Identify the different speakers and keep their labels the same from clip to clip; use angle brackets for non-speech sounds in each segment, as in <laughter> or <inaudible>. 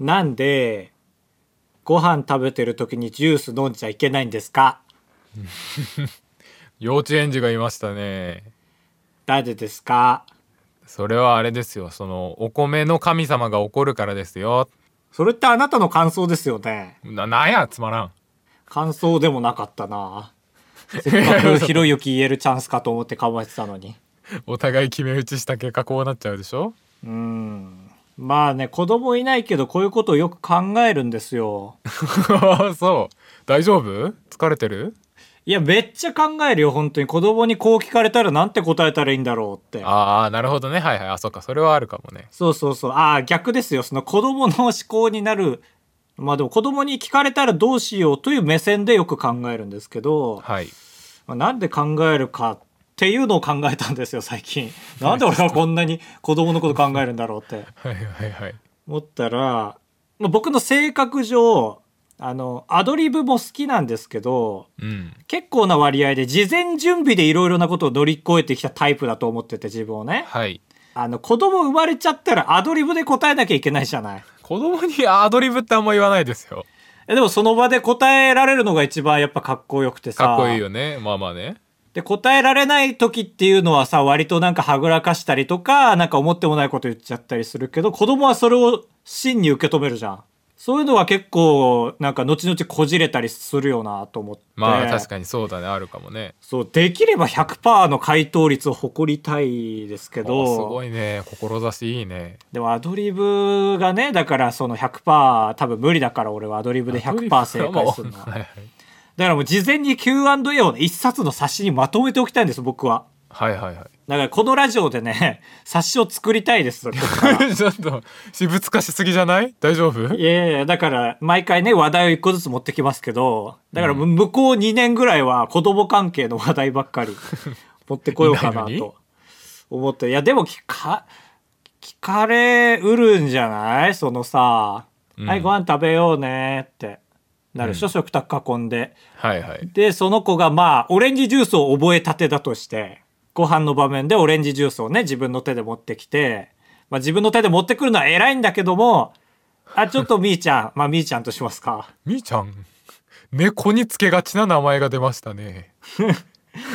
Speaker 1: なんでご飯食べてる時にジュース飲んじゃいけないんですか
Speaker 2: 幼稚園児がいましたね
Speaker 1: なんでですか
Speaker 2: それはあれですよそのお米の神様が怒るからですよ
Speaker 1: それってあなたの感想ですよね
Speaker 2: ななんやつまらん
Speaker 1: 感想でもなかったなせっかくひろゆき言えるチャンスかと思って構えてたのに
Speaker 2: お互い決め打ちした結果こうなっちゃうでしょ <laughs>
Speaker 1: うんまあね子供いないけどこういうことをよく考えるんですよ
Speaker 2: そう大丈夫疲れてる
Speaker 1: いやめっちゃ考えるよ本当に子供にこう聞かれたらなんて答えたらいいんだろうって
Speaker 2: ああなるほどねはいはいあそうかそれはあるかもね
Speaker 1: そうそうそうああ逆ですよその子供の思考になるまあでも子供に聞かれたらどうしようという目線でよく考えるんですけど、
Speaker 2: はい
Speaker 1: まあなんで考えるかっていうのを考えたんですよ最近なんで俺はこんなに子供のこと考えるんだろうって
Speaker 2: はいはいはい
Speaker 1: 思ったら、まあ、僕の性格上あのアドリブも好きなんですけど
Speaker 2: うん
Speaker 1: 結構な割合で事前準備でいろいろなことを乗り越えてきたタイプだと思ってて自分をね
Speaker 2: はい
Speaker 1: あの子供生まれちゃったらアドリブで答えなきゃいけないじゃない
Speaker 2: 子供にアドリブってあんま言わないですよ
Speaker 1: えでもその場で答えられるのが一番やっぱかっこよくてさ
Speaker 2: かっこいいよねまあまあね
Speaker 1: で答えられない時っていうのはさ割となんかはぐらかしたりとかなんか思ってもないこと言っちゃったりするけど子供はそれを真に受け止めるじゃんそういうのは結構なんか後々こじれたりするよなと思って
Speaker 2: まあ確かにそうだねあるかもね
Speaker 1: そうできれば100%の回答率を誇りたいですけ
Speaker 2: お
Speaker 1: ど
Speaker 2: ーすごいね志いいね
Speaker 1: でもアドリブがねだからその100%多分無理だから俺はアドリブで100%正解するのは
Speaker 2: <laughs> はい
Speaker 1: だからもう事前に Q&A をね一冊の冊子にまとめておきたいんです僕は
Speaker 2: はいはいは
Speaker 1: だからこのラジオでね <laughs> 冊子を作りたいですそれ
Speaker 2: <laughs> いちょっと私物化しすぎじゃない大丈夫
Speaker 1: いやいやだから毎回ね話題を一個ずつ持ってきますけどだから向こう2年ぐらいは子供関係の話題ばっかり <laughs> 持ってこようかない
Speaker 2: ないのに
Speaker 1: と思っていやでも聞か聞かれうるんじゃないそのさ、
Speaker 2: うん
Speaker 1: はいご飯食べようね」ってなるでしょ、
Speaker 2: うん
Speaker 1: 食卓囲んで
Speaker 2: はいはい
Speaker 1: でその子がまあオレンジジュースを覚えたてだとしてご飯の場面でオレンジジュースをね自分の手で持ってきて、まあ、自分の手で持ってくるのは偉いんだけどもあちょっとみーちゃん <laughs> まあみーちゃんとしますか
Speaker 2: みーちゃん猫につけがちな名前が出ましたね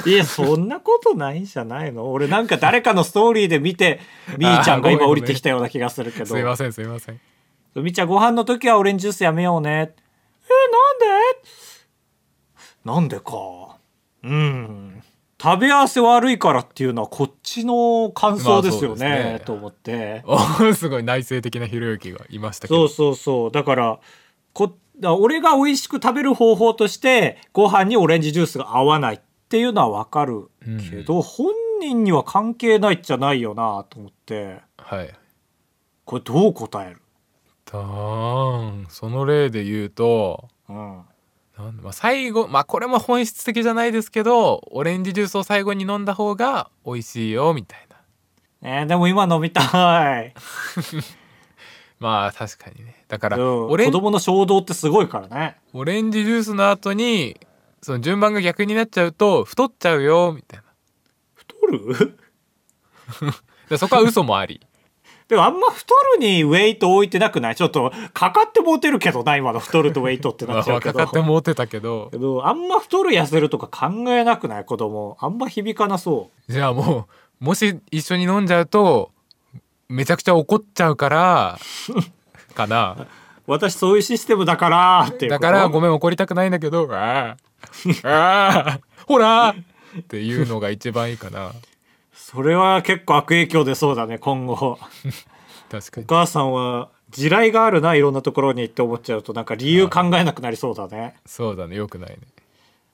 Speaker 1: いやそんなことないんじゃないの俺なんか誰かのストーリーで見てみーちゃんが
Speaker 2: あーごめん
Speaker 1: 今
Speaker 2: ごめん
Speaker 1: 降りてきたような気がするけど
Speaker 2: すいませんすいません
Speaker 1: みーちゃんご飯の時はオレンジジュースやめようねえなんでなんでかうん食べ合わせ悪いからっていうのはこっちの感想ですよね,、
Speaker 2: まあそうですね
Speaker 1: と思って
Speaker 2: おー <laughs> すごい内省的なひろゆきがいましたけ
Speaker 1: そ
Speaker 2: ど
Speaker 1: うそうそうだからこ俺が美味しく食べる方法としてご飯にオレンジジュースが合わないっていうのはわかるけど、本人には関係ないじゃないよなと思って
Speaker 2: はい
Speaker 1: これどう答える、
Speaker 2: だーんその例で言うと
Speaker 1: うん、
Speaker 2: なんまあ、最後まあこれも本質的じゃないですけどオレンジジュースを最後に飲んだ方が美味しいよみたいな
Speaker 1: えーでも今飲みたい
Speaker 2: まあ確かにねだから
Speaker 1: うん
Speaker 2: オレ
Speaker 1: 子
Speaker 2: ン
Speaker 1: 供の衝動ってすごいからね
Speaker 2: オレンジジュースの後にその順番が逆になっちゃうと太っちゃうよみたいな
Speaker 1: 太る
Speaker 2: でそこは嘘もあり
Speaker 1: <laughs> でもあんま太るにウェイト置いてなくないちょっとかかってモテるけどな今の太るとウェイトって
Speaker 2: <laughs> ま
Speaker 1: な
Speaker 2: あ
Speaker 1: っちゃ
Speaker 2: か
Speaker 1: うけ
Speaker 2: <laughs>
Speaker 1: ど
Speaker 2: かってもうてたけど
Speaker 1: けどあんま太る痩せるとか考えなくない子供あんま響かなそ
Speaker 2: じゃあもうもし一緒に飲んじゃうとめちゃくちゃ怒っちゃうから <laughs> かな
Speaker 1: う私そういうシステムだからっていう
Speaker 2: だからご
Speaker 1: めん
Speaker 2: めん怒りたくないんだけどあーあーほらーっていうのが一番いいかな
Speaker 1: それは結構悪影響出そうだね今後
Speaker 2: 確
Speaker 1: お
Speaker 2: かに
Speaker 1: 母さんは地雷があるないろんなところにって思っちゃうとなんか理由考えなくなりそうだね
Speaker 2: そうだねよくないね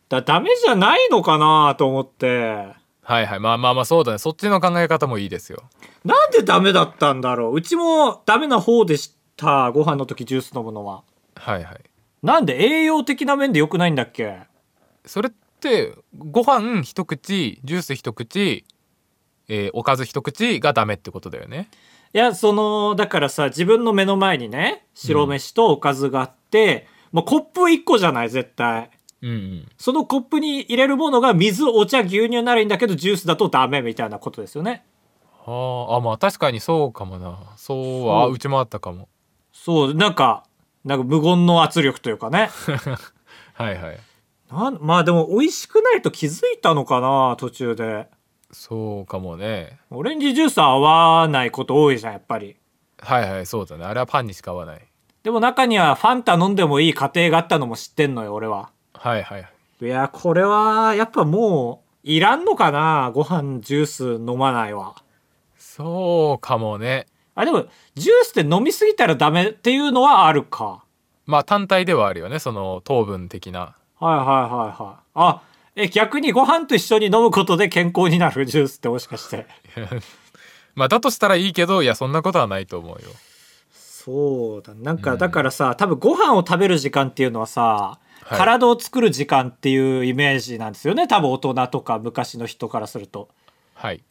Speaker 1: だダメじゃないのかなと思って
Speaker 2: はいはいまあまあまあそうだねそっちの考え方もいいですよ
Speaker 1: なんでダメだったんだろううちもダメな方でした。ご飯の時ジュース飲むのは。
Speaker 2: はいはい
Speaker 1: なんで栄養的な面で良くないんだっけ
Speaker 2: それってご飯一口ジュース一口、えーおかず一口がダメってことだよね
Speaker 1: いや、その、だからさ、自分の目の前にね、白飯とおかずがあって、もうコップ1個じゃない、絶対。
Speaker 2: うん、うん、
Speaker 1: そのコップに入れるものが水、お茶、牛乳ならいいんだけど、ジュースだとダメみたいなことですよね。
Speaker 2: はああまあ確かにそうかもなそうは
Speaker 1: そう
Speaker 2: うちもあったかも
Speaker 1: そう、なんか、なんか無言の圧力というかね。
Speaker 2: <laughs> はいはい
Speaker 1: なんまあでも美味しくないと気づいたのかな、途中で。
Speaker 2: そうかもね
Speaker 1: オレンジジュース合わないこと多いじゃん、やっぱり。
Speaker 2: はいはいそうだねあれはパンにしか合わない
Speaker 1: でも中にはファンタ飲んでもいい家庭があったのも知ってんのよ、俺は。
Speaker 2: はいはい
Speaker 1: いや、これは、やっぱもう、いらんのかなご飯、ジュース飲まないは。
Speaker 2: そうかもね
Speaker 1: あ、でも、ジュースって飲みすぎたらダメっていうのはあるか。
Speaker 2: まあ単体ではあるよねその糖分的な
Speaker 1: はいはいはいはい。あ、え、逆にご飯と一緒に飲むことで健康になるジュースってもしかして。
Speaker 2: まあだとしたらいいけどいやそんなことはないと思うよ
Speaker 1: そうだ。なんか、
Speaker 2: うん
Speaker 1: だからさ、多分ご飯を食べる時間っていうのはさ、
Speaker 2: はい
Speaker 1: 体を作る時間っていうイメージなんですよね。多分大人とか昔の人からすると。
Speaker 2: はい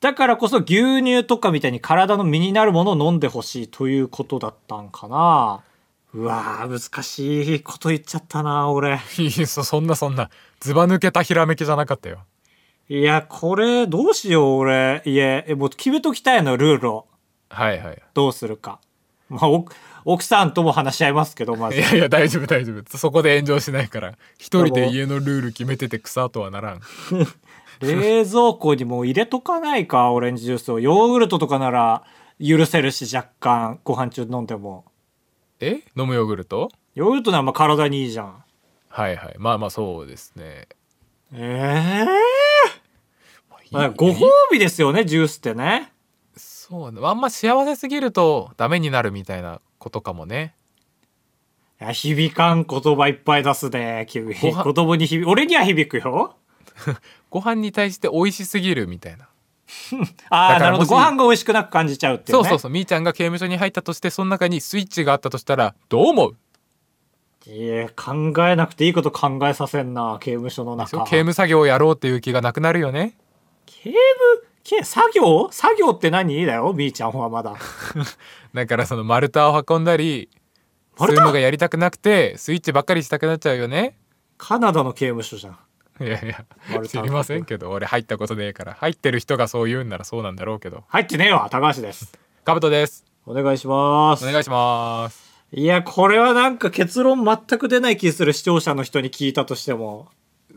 Speaker 1: だからこそ牛乳とかみたいに体の身になるものを飲んでほしいということだったんかな。うわー、難しいこと言っちゃったな、俺。
Speaker 2: いい <laughs> そそんなそんなずば抜けたひらめきじゃなかったよ
Speaker 1: いや、これ、どうしよう、俺。いえ、えもう決めときたいの、ルールを。
Speaker 2: はいはい
Speaker 1: どうするか。まあ、奥奥さんとも話し合いますけど、ま
Speaker 2: い
Speaker 1: ず。
Speaker 2: やいや大丈夫大丈夫そこで炎上しないから一人
Speaker 1: で
Speaker 2: で
Speaker 1: も
Speaker 2: 家のルール決めてて草とはならん
Speaker 1: 冷蔵庫にもう入れとかないか、オレンジジュースを。ヨーグルトとかなら許せるし、若干、ご飯中飲んでも。
Speaker 2: え飲むヨーグルト
Speaker 1: ヨーグルトならまあ体にいいじゃん。
Speaker 2: はいはいまあまあそうですね
Speaker 1: ええ
Speaker 2: いい
Speaker 1: まあ、ご褒美ですよね、ジュースってね。
Speaker 2: そうねあんま幸せすぎるとダメになるみたいなことかもね
Speaker 1: いや、響かん言葉いっぱい出すね、君。
Speaker 2: ご
Speaker 1: 子
Speaker 2: 飯
Speaker 1: 供に響く。俺には響くよ。
Speaker 2: ご飯に対して美味しすぎるみたいな
Speaker 1: あ
Speaker 2: だ
Speaker 1: あ、
Speaker 2: か
Speaker 1: な
Speaker 2: ら
Speaker 1: るほど。
Speaker 2: もし
Speaker 1: ご飯が美味しくなく感じちゃうっていう
Speaker 2: そう
Speaker 1: ね。
Speaker 2: そうそうみーちゃんが刑務所に入ったとしてその中にスイッチがあったとしたらどう思う
Speaker 1: いや、考えなくていいこと考えさせんな、刑務所の
Speaker 2: です
Speaker 1: 中。
Speaker 2: よ刑務作業をやろうっていう気がなくなるよね
Speaker 1: 刑務、刑、作業作業って何だよ、みーちゃんはまだ。
Speaker 2: だからその丸太を運んだりす
Speaker 1: 丸
Speaker 2: る
Speaker 1: 太
Speaker 2: のがやりたくなくてスイッチばっかりしたくなっちゃうよね
Speaker 1: カナダの刑務所じゃん。
Speaker 2: いやいや
Speaker 1: 丸
Speaker 2: 知
Speaker 1: 太
Speaker 2: りませんけど俺入ったことねえから入ってる人がそう言うんならそうなんだろうけど
Speaker 1: 入ってねえわ、高橋です。
Speaker 2: カブトです
Speaker 1: お願いします。
Speaker 2: お願いします
Speaker 1: いや、これはなんか結論全く出ない気する視聴者の人に聞いたとしても。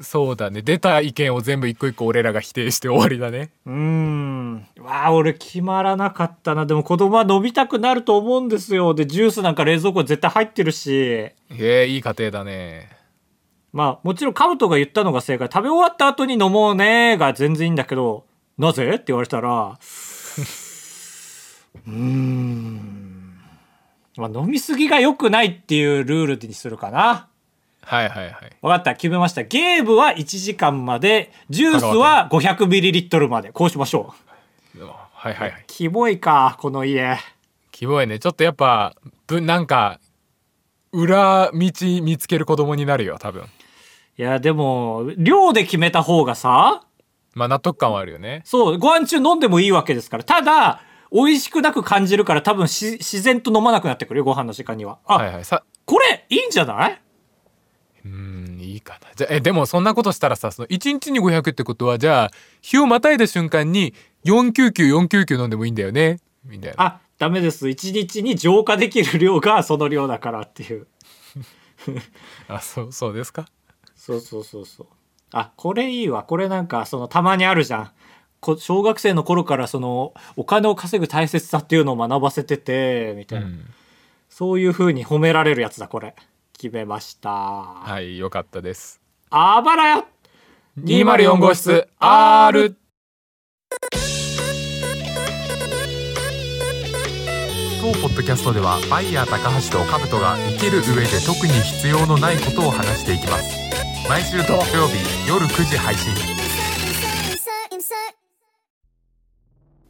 Speaker 2: そうだね出た意見を全部一個一個俺らが否定して終わりだね
Speaker 1: うーん。わあ、俺決まらなかったな。でも子供は飲みたくなると思うんですよ。で、ジュースなんか冷蔵庫絶対入ってるし。
Speaker 2: へえいい家庭だね
Speaker 1: まあ、もちろんカブトが言ったのが正解。食べ終わった後に飲もうねが全然いいんだけど、なぜって言われたら、う <laughs> ーん。まあ、飲みすぎが良くないっていうルールにするかな。
Speaker 2: はいはいはい
Speaker 1: わかった。決めました。ゲームは1時間まで、ジュースは 500ml まで。こうしましょう。
Speaker 2: はいはいはい
Speaker 1: キモいか、この家。
Speaker 2: キモいねちょっとやっぱぶなんか裏道見つける子供になるよ多分
Speaker 1: いや、でも、量で決めた方がさ、
Speaker 2: まあ納得感はあるよね
Speaker 1: そう、ご飯中飲んでもいいわけですから。ただ、美味しくなく感じるから多分し自然と飲まなくなってくるよ、ご飯の時間には。あ、
Speaker 2: はいはいさ
Speaker 1: これ、いいんじゃないう
Speaker 2: ーんいいかなじゃあえでもそんなことしたらさその1日に500ってことはじゃあ日をまたいだ瞬間に499499飲んでもいいんだよねみたいな
Speaker 1: あ、ダメです。一日に浄化できる量がその量だからっていう。
Speaker 2: あそうそうですか
Speaker 1: そうそうそうそう。あ、これいいわ。これなんか、その、たまにあるじゃん。こ小学生の頃から、その、お金を稼ぐ大切さっていうのを学ばせてて、みた
Speaker 2: う
Speaker 1: いな。
Speaker 2: ん
Speaker 1: そういう風に褒められるやつだ、これ。決めました。
Speaker 2: はいよかったです
Speaker 1: あばらや
Speaker 2: 204号室 R 当ポッドキャストではバイヤー高橋と兜が生きる上で特に必要のないことを話していきます毎週土曜日夜9時配信
Speaker 3: insert, insert.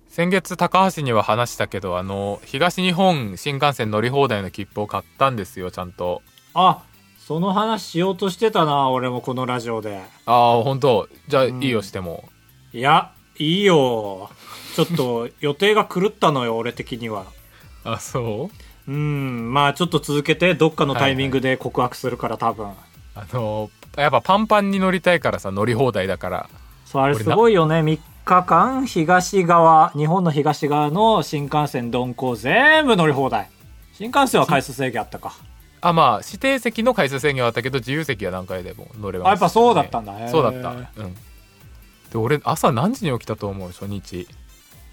Speaker 2: 先月高橋には話したけどあの東日本新幹線乗り放題の切符を買ったんですよちゃんと
Speaker 1: あ、その話しようとしてたな、俺もこのラジオで。
Speaker 2: ああ本当じゃあい
Speaker 1: ん
Speaker 2: いよしても、
Speaker 1: いや、いいよ。ちょっ <laughs> と、予定が狂ったのよ、俺的には。
Speaker 2: あそう
Speaker 1: うん、まあちょっと続けて、どっかのタイミングで告白するから、多分。
Speaker 2: あのやっぱパンパンに乗りたいからさ乗り放題だから
Speaker 1: そう、あれすごいよね。3日間、東側、日本の東側の新幹線、鈍行全部乗り放題。新幹線は回数制限あったか。
Speaker 2: あまあ指定席の回数制限はあったけど自由席は何回でも乗れます、
Speaker 1: あやっぱそうだったんだへー
Speaker 2: そうだったうんで俺朝何時に起きたと思う初日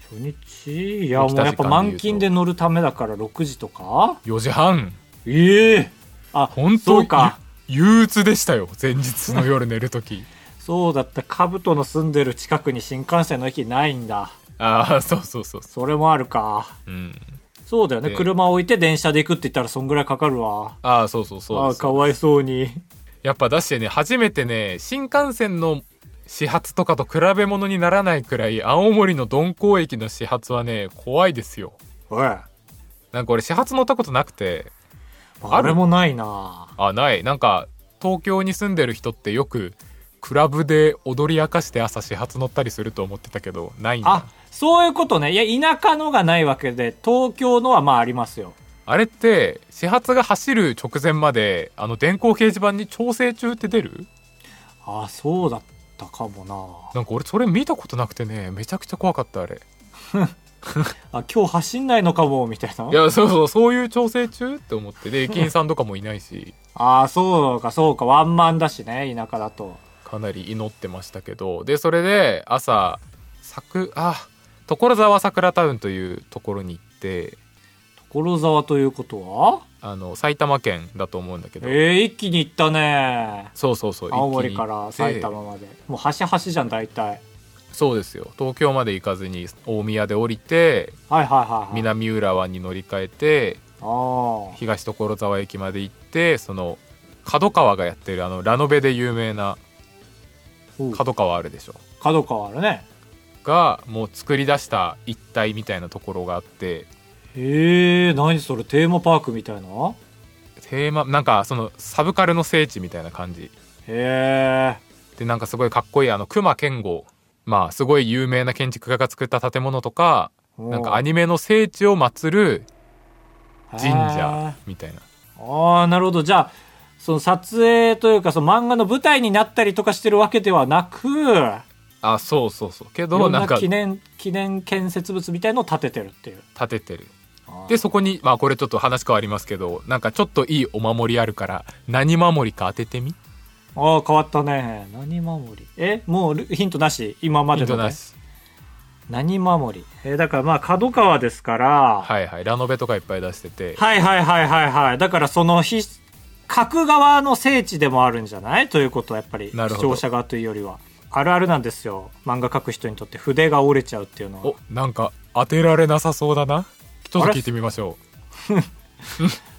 Speaker 1: 初日いや、も
Speaker 2: 起
Speaker 1: う
Speaker 2: きた
Speaker 1: や
Speaker 2: 時間で言う
Speaker 1: っ
Speaker 2: と
Speaker 1: ぱ満勤で乗るためだから6時とか
Speaker 2: 4時半
Speaker 1: ええあ、
Speaker 2: 本当
Speaker 1: そうか。
Speaker 2: ゆ <laughs> 憂鬱でしたよ前日の夜寝る
Speaker 1: <laughs>
Speaker 2: 時
Speaker 1: そうだった。カブトの住んでる近くに新幹線の駅ないんだ。
Speaker 2: ああそうそうそうそ
Speaker 1: それもあるか。
Speaker 2: ううん
Speaker 1: そうだよね。
Speaker 2: で
Speaker 1: 車置いて電車で行くって言ったらそんぐらいかかるわ。
Speaker 2: ああそうそうそう
Speaker 1: あ
Speaker 2: で
Speaker 1: あ、
Speaker 2: す
Speaker 1: かわいそうに。
Speaker 2: やっぱ出してね初めてね新幹線の始発とかと比べ物にならないくらい青森の鈍行駅の始発はね怖いですよ
Speaker 1: おい。
Speaker 2: なんか俺始発乗ったことなくて
Speaker 1: あれもないな
Speaker 2: あないなんか東京に住んでる人ってよくクラブで踊り明かして朝始発乗ったりすると思ってたけどないんだ
Speaker 1: あ、そういうことね。いや、田舎のがないわけで、東京のはまあありますよ。
Speaker 2: あれって始発が走る直前まであの電光掲示板に調整中って出る
Speaker 1: あ、そうだったかも
Speaker 2: なんか俺それ見たことなくてねめちゃくちゃ怖かったあれ。
Speaker 1: なあ、今日走んないのかも、みたいない
Speaker 2: やそうそうそういう調整中って思ってで駅員さんとかもいないし
Speaker 1: ああ、そうか、そうか。ワンマンだしね、田舎だと。
Speaker 2: かなり祈ってましたけどでそれで朝桜あ所沢桜タウンというところに行って
Speaker 1: 所沢ということは
Speaker 2: あの埼玉県だと思うんだけど
Speaker 1: ええ一気に行ったね。
Speaker 2: そうそうそう
Speaker 1: 青森か
Speaker 2: 一気に行
Speaker 1: ら
Speaker 2: って
Speaker 1: 埼玉まで。もう端々じゃん、大体。
Speaker 2: そうですよ東京まで行かずに大宮で降りて
Speaker 1: はいはいはい、はい。
Speaker 2: 南浦和に乗り換えて
Speaker 1: ああ。
Speaker 2: 東所沢駅まで行ってその角川がやってるあのラノベで有名な
Speaker 1: うん
Speaker 2: 角川あるでしょ
Speaker 1: 角川あるね。
Speaker 2: がもう作り出した一体みたいなところがあって
Speaker 1: ええ何それ、テーマパークみたいな
Speaker 2: テーマなんかそのサブカルの聖地みたいな感じ
Speaker 1: へえ。
Speaker 2: でなんかすごいかっこいいあの熊健吾まあすごい有名な建築家が作った建物とかなんかアニメの聖地を祀る神社みたいな
Speaker 1: ああ、なるほど。じゃあ、その撮影というか、その漫画の舞台になったりとかしてるわけではなく、
Speaker 2: あそうそうそうけ
Speaker 1: いろ
Speaker 2: ど
Speaker 1: ん
Speaker 2: な
Speaker 1: なん
Speaker 2: か
Speaker 1: 記念、記念建設物みたいのを建ててるっていう。
Speaker 2: 建ててる
Speaker 1: あー
Speaker 2: でそこにまあこれちょっと話変わりますけどなんかちょっといいお守りあるから何守りか当ててみ
Speaker 1: あー、変わったね。何守りえ、もうルヒントなし今ま
Speaker 2: ヒ
Speaker 1: で
Speaker 2: ント
Speaker 1: の、
Speaker 2: な
Speaker 1: ね。
Speaker 2: し
Speaker 1: 何守りえーだからまあ、角川ですから、
Speaker 2: はいはいラノベとかいっぱい出してて
Speaker 1: はいはいはいはいはい。だからそのひ、角川の聖地でもあるんじゃないということはやっぱり
Speaker 2: なる
Speaker 1: 視
Speaker 2: ほど
Speaker 1: 聴者側というよりは。あるあるなんですよ。漫画描く人にとって筆が折れちゃうっていうのは
Speaker 2: お。なんか当てられなさそうだな一つ
Speaker 1: あれ
Speaker 2: 聞いてみましょ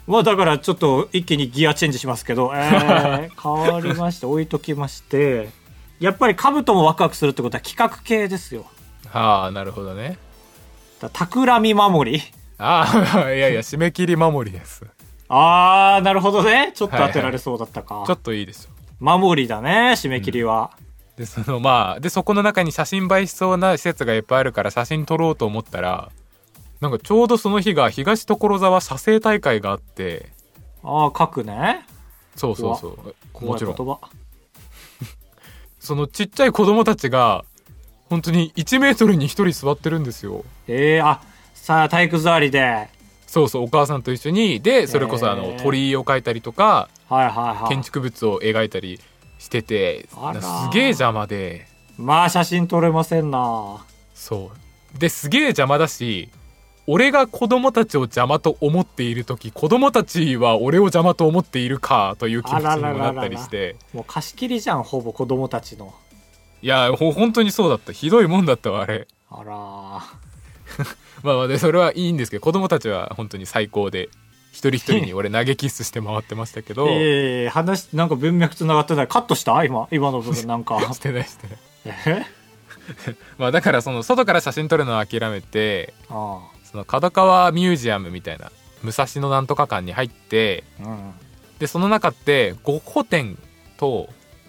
Speaker 1: まあだからちょっと一気にギアチェンジしますけど、えー
Speaker 2: <laughs>
Speaker 1: 変わりまして、置いときまして、やっぱり兜もワクワクするってことは企画系ですよ。
Speaker 2: うはあなるほどね
Speaker 1: だ企み守り。
Speaker 2: ああ <laughs> いやいや締め切り守りです
Speaker 1: あー、なるほどね。ちょっと当てられそうだったか。
Speaker 2: ちょっといいでしょ
Speaker 1: 守りだね、締め切りは。
Speaker 2: でそのまあでそこの中に写真映えしそうな施設がいっぱいあるから写真撮ろうと思ったらなんかちょうどその日が東所沢写生大会があって
Speaker 1: あー、書くね。
Speaker 2: そうそうそうも
Speaker 1: 怖い
Speaker 2: ち
Speaker 1: 言
Speaker 2: ろん
Speaker 1: 葉。
Speaker 2: そのちっちゃい子供たちが本当に1メートルに1人座ってるんですよ
Speaker 1: えー、あ、さあ体育座りで。はい
Speaker 2: そうそうお母さんと一緒にでそれこそあ
Speaker 1: へ
Speaker 2: の
Speaker 1: ー
Speaker 2: 鳥居を描いたりとか
Speaker 1: はいはい。
Speaker 2: 建築物を描いたりしてて
Speaker 1: あら
Speaker 2: なすげえ邪魔で
Speaker 1: まあ写真撮れませんな。
Speaker 2: そうですげえ邪魔だし俺が子供たちを邪魔と思っている時子供たちは俺を邪魔と思っているかという気持ち
Speaker 1: あ
Speaker 2: に
Speaker 1: らら
Speaker 2: も
Speaker 1: らら
Speaker 2: なったりして
Speaker 1: もう貸し切りじゃん、ほぼ子供たちの。
Speaker 2: いやほ本当にそうだったひどいもんだったわあれ
Speaker 1: あらー。
Speaker 2: まあまあでそれはいいんですけど子供たちは本当に最高で一人一人に俺投げキッスして回ってましたけど、
Speaker 1: <laughs> ええ話、なんか文脈つながってない。カットした今、今の部分
Speaker 2: <laughs>
Speaker 1: なんか。
Speaker 2: してないしてない
Speaker 1: え
Speaker 2: まあだからその外から写真撮るのを諦めて
Speaker 1: あ
Speaker 2: その角川ミュージアムみたいな武蔵野なんとか館に入って
Speaker 1: あ。うん。
Speaker 2: でその中ってゴッホ展と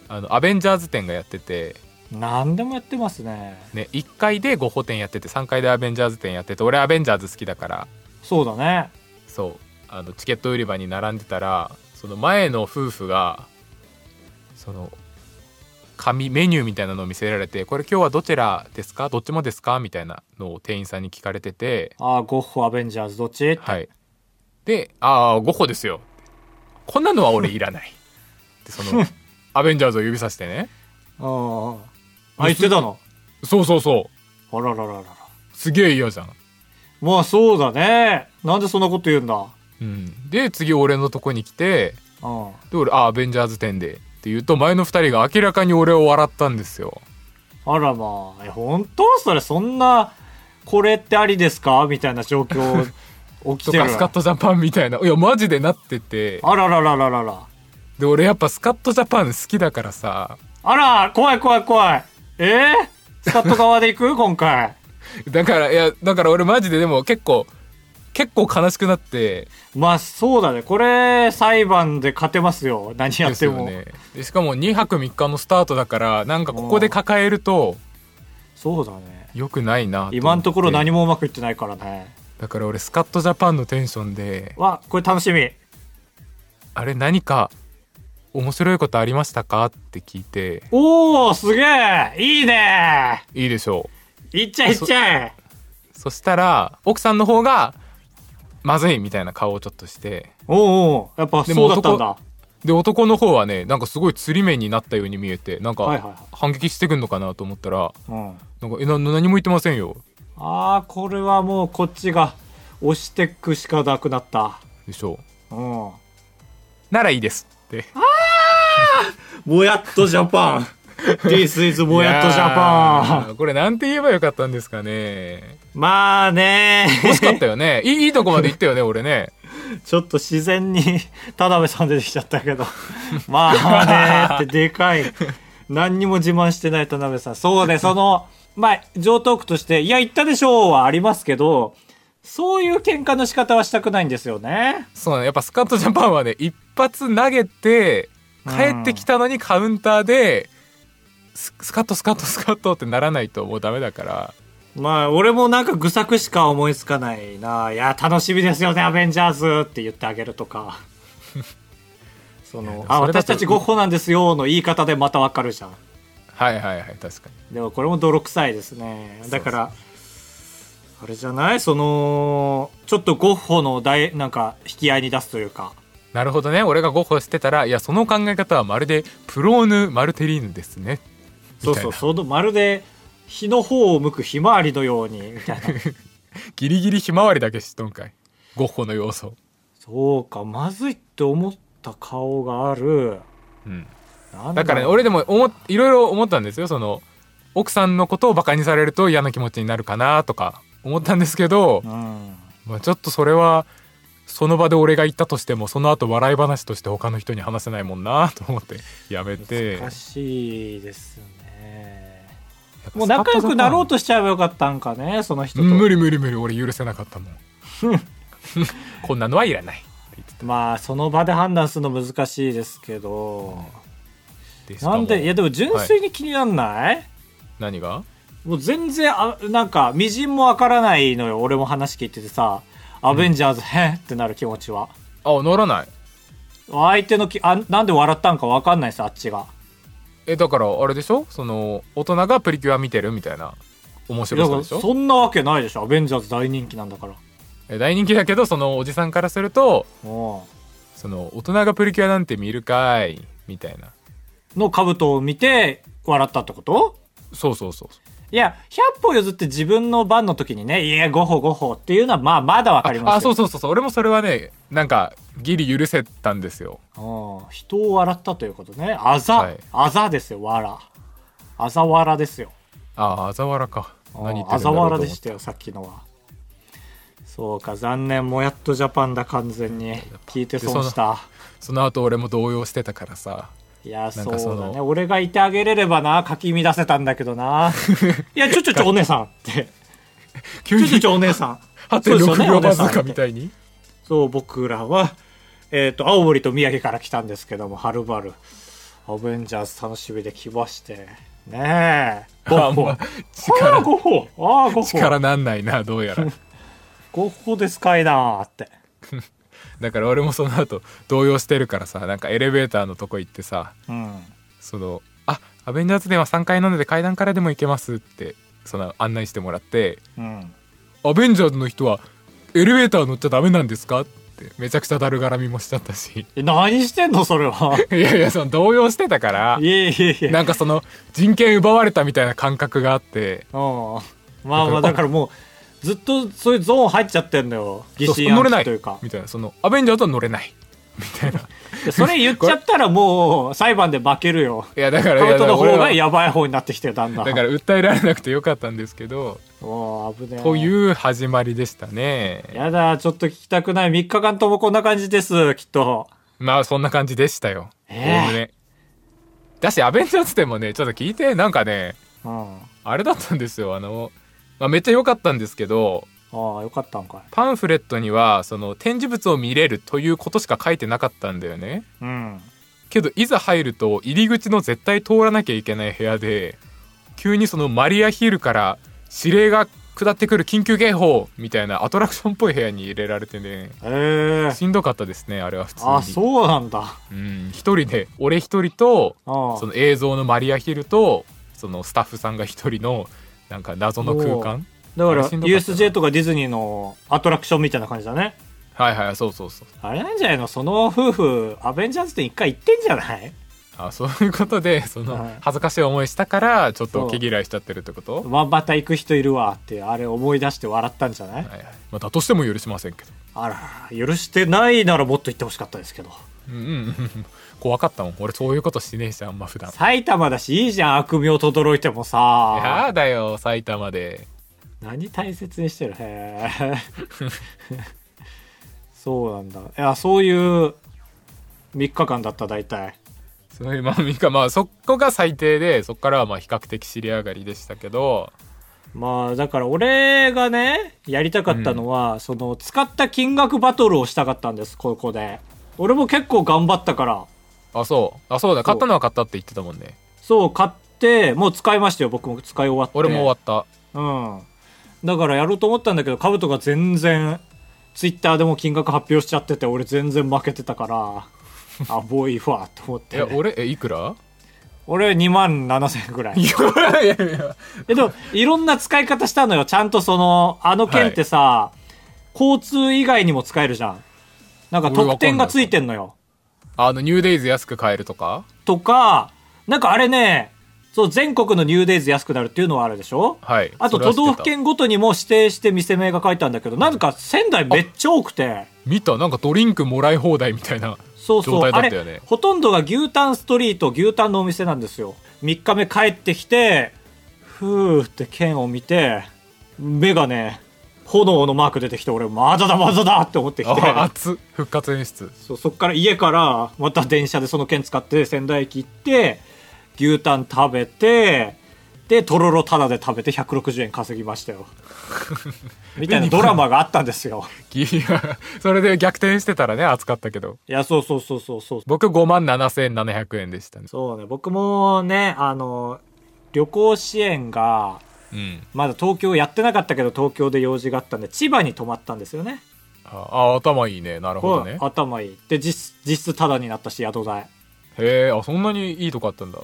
Speaker 2: あのアベンジャーズ展がやってて、
Speaker 1: 何でもやってますね。
Speaker 2: ね、1階でゴッホ展やってて3階でアベンジャーズ展やってて俺アベンジャーズ好きだから
Speaker 1: そうだね。
Speaker 2: そうあのチケット売り場に並んでたらその前の夫婦がその紙メニューみたいなのを見せられて「これ今日はどちらですかどっちもですか?」みたいなのを店員さんに聞かれてて
Speaker 1: ああ、ゴッホ、アベンジャーズ、どっち、
Speaker 2: はいで「ああ5個ですよ」こんなのは俺いらない」で
Speaker 1: <laughs>
Speaker 2: そのアベンジャーズを指さしてね
Speaker 1: ああ。あ、言ってたの。
Speaker 2: そうそうそう
Speaker 1: あららららら。
Speaker 2: すげえ嫌じゃん、
Speaker 1: まあそうだね。なんでそんなこと言うんだ。
Speaker 2: うん、で次俺のとこに来て
Speaker 1: うん。
Speaker 2: で俺「あーアベンジャーズ10で」って言うと前の2人が明らかに俺を笑ったんですよ
Speaker 1: あらまあ、え本当それそんな、これってありですかみたいな状
Speaker 2: <laughs>
Speaker 1: 況起き
Speaker 2: と
Speaker 1: てる
Speaker 2: か。スカットジャパンみたいないやマジでなってて
Speaker 1: あらららららら。
Speaker 2: で俺やっぱスカットジャパン好きだからさ
Speaker 1: あら、怖い怖い怖い。えー、スカット側で行
Speaker 2: <laughs>
Speaker 1: く今回。
Speaker 2: だからいやだから俺マジででも結構結構悲しくなって
Speaker 1: まあそうだね。これ、裁判で勝てますよ。何や
Speaker 2: で
Speaker 1: っ
Speaker 2: す
Speaker 1: て
Speaker 2: よ
Speaker 1: も。
Speaker 2: ねでしかも2泊3日のスタートだからなんかここで抱えると
Speaker 1: そうだね。
Speaker 2: よくないな思って
Speaker 1: 今のところ何もうまくいってないからね。
Speaker 2: だから俺スカットジャパンのテンションで
Speaker 1: わ、これ楽しみ。
Speaker 2: あれ何か面白いことありましたかって聞いて
Speaker 1: おー、すげえいいね
Speaker 2: いいでしょ
Speaker 1: いっちゃいいっちゃいう
Speaker 2: そしたら奥さんの方がまずいみたいな顔をちょっとして
Speaker 1: おうおうやっぱそうだったん
Speaker 2: でも
Speaker 1: だ。
Speaker 2: で男の方はねなんかすごい釣り目になったように見えてなん
Speaker 1: はいはいはい
Speaker 2: か反撃してくんのかなと思ったら
Speaker 1: うん。
Speaker 2: なんかえな何も言ってませんよ
Speaker 1: ああこれはもうこっちが押してくしかなくなった
Speaker 2: でしょ
Speaker 1: うんも
Speaker 2: ならいいですって
Speaker 1: やっとジャパン <laughs> This is もやっとジャ
Speaker 2: い
Speaker 1: パン
Speaker 2: やーこれなんて言えばよかったんですかね
Speaker 1: まあね <laughs>
Speaker 2: 惜しかったよねいいいいとこまで行ったよね俺ね
Speaker 1: ちょっと自然に田辺さん出てきちゃった <laughs> けどまあねってでかい何にも自慢してない田辺さんそうねそのまあ上トークとして「いや言ったでしょ」はありますけどそういう喧嘩の仕方はしたくないんですよね
Speaker 2: そうなのやっぱスカットジャパンはね一発投げて帰ってきたのにカウンターでススカットスカットスカットってならないともうダメだから
Speaker 1: まあ、俺もなんか愚策しか思いつかないな。いや、楽しみですよね、アベンジャーズって言ってあげると
Speaker 2: <laughs>
Speaker 1: か。その、あ、
Speaker 2: それだ
Speaker 1: 私
Speaker 2: と
Speaker 1: たちゴッホなんですよの言い方でまたわかるじゃん。
Speaker 2: はいはいはい確かに
Speaker 1: でもこれも泥臭いですね。だから、あれじゃないその、ちょっとゴッホの大、なんか、引き合いに出すというか。
Speaker 2: なるほどね俺がゴッホしてたらいやその考え方はまるでプローヌ・マルテリーヌですね
Speaker 1: そう
Speaker 2: みたい
Speaker 1: そう、
Speaker 2: な
Speaker 1: その、まるで、日の方を向くひまわりのように、みたい
Speaker 2: <laughs>
Speaker 1: な。
Speaker 2: ギリギリひまわりだけしとんかいゴッホの要素
Speaker 1: そうか、まずいって思った顔がある。
Speaker 2: うん
Speaker 1: なん
Speaker 2: だからね、俺でも思っいろいろ思ったんですよその奥さんのことをバカにされると嫌な気持ちになるかなとか思ったんですけど
Speaker 1: う、ん。
Speaker 2: まあ、ちょっとそれはその場で俺が言ったとしてもその後笑い話として他の人に話せないもんなと思ってやめて
Speaker 1: 難しいですね
Speaker 2: やっぱ
Speaker 1: もう仲良くなろう
Speaker 2: スカット
Speaker 1: としちゃえばよかったんかねその
Speaker 2: ジ
Speaker 1: 人
Speaker 2: ャパン無
Speaker 1: と
Speaker 2: 理無理無理俺許せなかったも
Speaker 1: <laughs>
Speaker 2: んこんなのはいらないって言って
Speaker 1: まあその場で判断するの難しいですけど
Speaker 2: てしかも
Speaker 1: なんでいやでも純粋に気になんない、
Speaker 2: 何が
Speaker 1: もう全然あなんかみじんもわからないのよ俺も話聞いててさ「アベンジャーズへん」ってなる気持ちは
Speaker 2: あ乗らない
Speaker 1: 相手のきあなんで笑ったんかわかんないさあっちが
Speaker 2: えだからあれでしょその大人がプリキュア見てるみたいな面白
Speaker 1: だか
Speaker 2: さ
Speaker 1: ら
Speaker 2: でしょ
Speaker 1: そんなわけないでしょアベンジャーズ大人気なんだから
Speaker 2: え大人気だけどそのおじさんからすると
Speaker 1: うん
Speaker 2: その大人がプリキュアなんて見るかいみたいな
Speaker 1: の兜を見て笑ったってこと
Speaker 2: そうそうそう
Speaker 1: いや、100歩譲って自分の番の時にね、いや、5歩5歩っていうのは、まあ、まだわかりますよ。
Speaker 2: あそうそうそうそう俺もそれはねなんかギリ許せたんですよ
Speaker 1: うん人を笑ったということね。あざ、
Speaker 2: はい
Speaker 1: あざですよ、わら。あざわらですよ。
Speaker 2: あああざわらか何言って
Speaker 1: あ
Speaker 2: るん
Speaker 1: ざ
Speaker 2: だろ
Speaker 1: わ
Speaker 2: うと
Speaker 1: ら
Speaker 2: 思っ
Speaker 1: でしたよ、さっきのは。そうか、残念。もやっとジャパンだ、完全に。聞いて損した。
Speaker 2: その後俺も動揺してたからさ
Speaker 1: いや、
Speaker 2: そ
Speaker 1: そう
Speaker 2: のなんか
Speaker 1: だ
Speaker 2: そ
Speaker 1: ね。
Speaker 2: の
Speaker 1: 俺がいてあげれればな、かき乱せたんだけど
Speaker 2: <laughs>
Speaker 1: な。いや、ちょちょちょ、お姉さんって。ち
Speaker 2: 急
Speaker 1: ょ
Speaker 2: に
Speaker 1: ちょちょ、お姉
Speaker 2: <laughs>
Speaker 1: さん。そうですよね
Speaker 2: 8.6秒バズーカ
Speaker 1: お姉さんって
Speaker 2: みたいに
Speaker 1: そう、僕らは、えっ、と、青森と宮城から来たんですけども、はるばる、アベンジャーズ楽しみで来まして、ねえ、ゴッホ。あ
Speaker 2: あ
Speaker 1: あ
Speaker 2: んま
Speaker 1: ー、
Speaker 2: <laughs> 力
Speaker 1: ゴッホああ、ゴッホ
Speaker 2: 力なんないなどうやら
Speaker 1: ゴッホですかいなーって。
Speaker 2: だから俺もその後動揺してるからさなんかエレベーターのとこ行ってさ
Speaker 1: うん。
Speaker 2: その「あアベンジャーズでは3階なので階段からでも行けます」ってその案内してもらって
Speaker 1: うん。
Speaker 2: 「アベンジャーズの人はエレベーター乗っちゃダメなんですか?」ってってめちゃくちゃだるがらみもしちゃったし <laughs>
Speaker 1: え何してんのそれは。
Speaker 2: いやいやその動揺してたから
Speaker 1: いえいえいえ。
Speaker 2: なんかその人権奪われたみたいな感覚があって
Speaker 1: うん。まあまあ、だからもう、ずっとそういうゾーン入っちゃってんだよ。疑
Speaker 2: そうそう
Speaker 1: 心
Speaker 2: 乗
Speaker 1: 暗
Speaker 2: れな
Speaker 1: 鬼
Speaker 2: い
Speaker 1: というか。
Speaker 2: みたいなそのアベンジャーズは乗れないみたいない
Speaker 1: それ言っちゃったらもう、裁判で負けるよ。
Speaker 2: やだか
Speaker 1: カ
Speaker 2: らい
Speaker 1: ウ
Speaker 2: や
Speaker 1: ト
Speaker 2: だ
Speaker 1: の
Speaker 2: か
Speaker 1: 方
Speaker 2: ら
Speaker 1: が
Speaker 2: 俺は
Speaker 1: やばい方になってきてるだんだん。
Speaker 2: だから訴えられなくてよかったんですけど
Speaker 1: もう危ねえ。
Speaker 2: という始まりでしたね
Speaker 1: やだ、ちょっと聞きたくない。3日間ともこんな感じです、きっと。
Speaker 2: まあそんな感じでしたよ。おお
Speaker 1: えー
Speaker 2: むね。だし、アベンジャーズでもね、ちょっと聞いて、なんかね、
Speaker 1: うん。あ
Speaker 2: あれだったんですよ。あの、まあ、めっちゃ良かったんですけど、
Speaker 1: あ、よかったんかい。
Speaker 2: パンフレットには、その、展示物を見れるということしか書いてなかったんだよね。
Speaker 1: うん。
Speaker 2: けど、いざ入ると、入り口の絶対通らなきゃいけない部屋で、急にそのマリアヒルから指令が下ってくる緊急警報みたいなアトラクションっぽい部屋に入れられてね、
Speaker 1: ええ
Speaker 2: しんどかったですね、あれは普通に。
Speaker 1: あ、そうなんだ。
Speaker 2: うん、一人で俺一人と
Speaker 1: ああ
Speaker 2: その映像のマリアヒルとそのスタッフさんが一人のなんか謎の空間
Speaker 1: だか
Speaker 2: あれ
Speaker 1: ら
Speaker 2: しんどかったな
Speaker 1: USJ とかディズニーのアトラクションみたいな感じだね
Speaker 2: はいはいそうそうそう
Speaker 1: あれなんじゃないのその夫婦アベンジャーズ店一回行ってんじゃない
Speaker 2: あそういうことでその
Speaker 1: はい
Speaker 2: 恥ずかしい思いしたからちょっ
Speaker 1: そ
Speaker 2: と
Speaker 1: う
Speaker 2: 毛嫌いしちゃってるってこと、は
Speaker 1: ままた行く人いるわってあれ思い出して笑ったんじゃない
Speaker 2: いはいまあ、だとしても許しませんけど
Speaker 1: あら許してないならもっと行ってほしかったですけど
Speaker 2: うんうんうんうん怖かったもん俺そういうことしねえしあんま普段
Speaker 1: 埼玉だしいいじゃん悪名とどろいてもさ
Speaker 2: やだよ埼玉で
Speaker 1: 何大切にしてるへえ <laughs> そうなんだいやそういう3日間だった大体
Speaker 2: そういうまあみかまあそこが最低でそこからはまあ比較的尻上がりでしたけど
Speaker 1: まあだから俺がねやりたかったのは、その使った金額バトルをしたかったんですここで俺も結構頑張ったから
Speaker 2: あそうあそうだ買ったのは買ったって言ってたもんね
Speaker 1: そう買ってもう使いましたよ僕も使い終わって
Speaker 2: 俺も終わった
Speaker 1: うんだからやろうと思ったんだけどカブトが全然ツイッターでも金額発表しちゃってて俺全然負けてたから
Speaker 2: <laughs>
Speaker 1: あボーイわと思っ
Speaker 2: い
Speaker 1: て、
Speaker 2: や俺えいくら
Speaker 1: 俺2万7000円ぐらい
Speaker 2: いやいやいや
Speaker 1: えでもいろんな使い方したのよちゃんとそのあの券ってさ、交通以外にも使えるじゃんなんか特典がついてんのよ
Speaker 2: あのニューデイズ安く買えるとか
Speaker 1: とかなんかあれねそう全国のニューデイズ安くなるっていうのはあるでしょ
Speaker 2: はい
Speaker 1: あと
Speaker 2: それは
Speaker 1: 都
Speaker 2: 知ってた
Speaker 1: 道府県ごとにも指定して店名が書いてあるんだけどなぜか仙台めっちゃ多くて
Speaker 2: 見たなんかドリンクもらい放題みたいな
Speaker 1: そうそう、
Speaker 2: 状態だ
Speaker 1: あ
Speaker 2: ったよね
Speaker 1: れほとんどが牛タンストリート牛タンのお店なんですよ3日目帰ってきてふーって剣を見て目がね炎のマーク出てきて俺まだだまだだって思ってきて
Speaker 2: あ熱っ復活演出 <laughs>
Speaker 1: そうそっから家からまた電車でその剣使って仙台駅行って牛タン食べてでとろろタダで食べて160円稼ぎました
Speaker 2: <laughs>
Speaker 1: よみたいなドラマがあったんですよ
Speaker 2: いやそれで逆転してたらね熱かったけど
Speaker 1: いやそうそうそうそうそう
Speaker 2: 僕5万7700円でしたね
Speaker 1: そうね、僕もね、あの、旅行支援が、
Speaker 2: うん
Speaker 1: まだ東京やってなかったけど、東京で用事があったんで、千葉に泊まったんですよね。
Speaker 2: ああ頭いいねなるほど
Speaker 1: う
Speaker 2: ね
Speaker 1: ん頭いい。で、実実質タダになったし、宿代。
Speaker 2: へえあそんなにいいとこあったんだ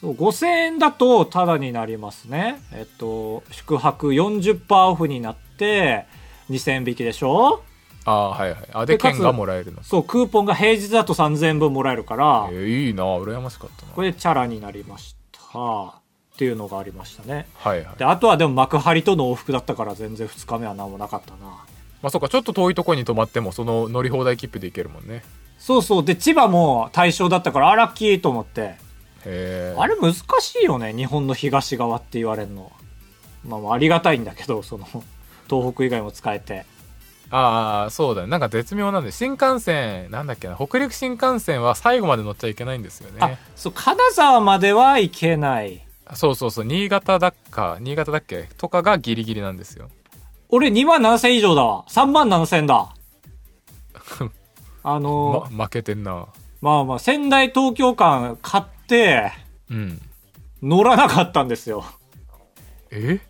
Speaker 1: そう、5000円だとタダになりますね。えっと、宿泊40%オフになって、2000円引きでしょ
Speaker 2: あはいはいあで
Speaker 1: でかつ
Speaker 2: 券がもらえるの
Speaker 1: そう、クーポンが平日だと3000円分もらえるから
Speaker 2: え、ーいいな羨ましかったな
Speaker 1: これでチャラになりました。っていうのがありましたね。
Speaker 2: はいはい
Speaker 1: であとはでも幕張との往復だったから全然2日目は何もなかったな
Speaker 2: まあそうかちょっと遠いとこに泊まってもその乗り放題切符で行けるもんね
Speaker 1: そうそうで千葉も対象だったからあラッキーと思って
Speaker 2: へえ
Speaker 1: あれ難しいよね日本の東側って言われるのまあまあありがたいんだけどその東北以外も使えて
Speaker 2: ああそうだねなんか絶妙なんで新幹線なんだっけな北陸新幹線は最後まで乗っちゃいけないんですよ
Speaker 1: あ
Speaker 2: ね
Speaker 1: そう金沢までは行けない
Speaker 2: そうそうそう新潟だっか新潟だっけとかがギリギリなんですよ
Speaker 1: 俺2万7000以上だわ3万7000だあの
Speaker 2: ま負けてんな
Speaker 1: まあまあ仙台東京間買って
Speaker 2: うん
Speaker 1: 乗らなかったんですよ
Speaker 2: え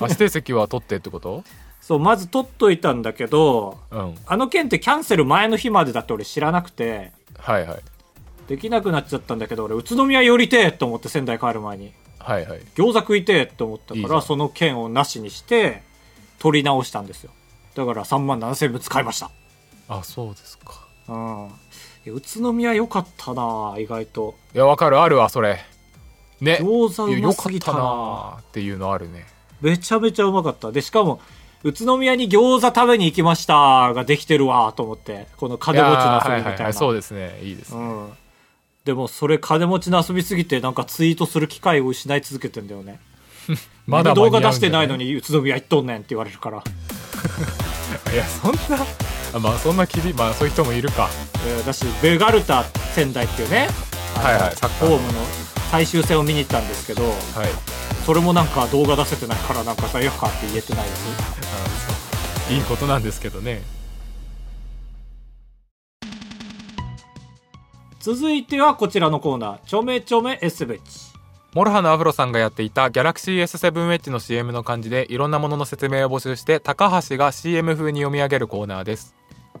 Speaker 2: あ指定席は取ってってこと
Speaker 1: <laughs> そうまず取っといたんだけど
Speaker 2: うん
Speaker 1: あの件ってキャンセル前の日までだって俺知らなくて、
Speaker 2: はいはい
Speaker 1: できなくなっちゃったんだけど、俺、宇都宮寄りてえと思って仙台帰る前に。
Speaker 2: はいはい
Speaker 1: 餃子食いてえと思った
Speaker 2: いい
Speaker 1: か
Speaker 2: じゃ
Speaker 1: ら、
Speaker 2: ん
Speaker 1: その券をなしにして、取り直したんですよ。だから3万7000分使いました。
Speaker 2: ああそうですか
Speaker 1: うんいや宇都宮良かったな意外と
Speaker 2: いやわかるあるわそれね
Speaker 1: 餃子
Speaker 2: いうやよ
Speaker 1: ま
Speaker 2: か
Speaker 1: す
Speaker 2: っ
Speaker 1: ぎ
Speaker 2: た
Speaker 1: た
Speaker 2: な
Speaker 1: な
Speaker 2: ーっていうのあるね
Speaker 1: めちゃめちゃうまかったでしかも宇都宮に餃子食べに行きましたができてるわと思ってこの金持ちの遊びみ
Speaker 2: いやーはいはい
Speaker 1: た
Speaker 2: はいい
Speaker 1: な
Speaker 2: そうですねいいですね
Speaker 1: うんでもそれ金持ちの遊びすぎてなんかツイートする機会を失い続けてんだよね
Speaker 2: まだ
Speaker 1: 動画
Speaker 2: 間に
Speaker 1: 出
Speaker 2: 合うん
Speaker 1: し
Speaker 2: じ
Speaker 1: て
Speaker 2: ゃ
Speaker 1: ないのに宇都宮行っとんねんって言われるから、
Speaker 2: いやそんなあまあそんなきりまあそういう人もいるか
Speaker 1: えーだしベガルタ仙台っていうね
Speaker 2: はいはいサッカ
Speaker 1: ホ
Speaker 2: ー
Speaker 1: ー
Speaker 2: の
Speaker 1: ムの最終戦を見に行ったんですけど
Speaker 2: はい
Speaker 1: それもなんか動画出せてないからなんか罪悪感って言えてないです
Speaker 2: あのいいことなんですけどね
Speaker 1: 続いてはこちらのコーナー「ちょめちょめエスベチ
Speaker 2: モロハのアフロさんがやっていた GalaxyS7H の CM の漢字でいろんなものの説明を募集して高橋が CM 風に読み上げるコーナーです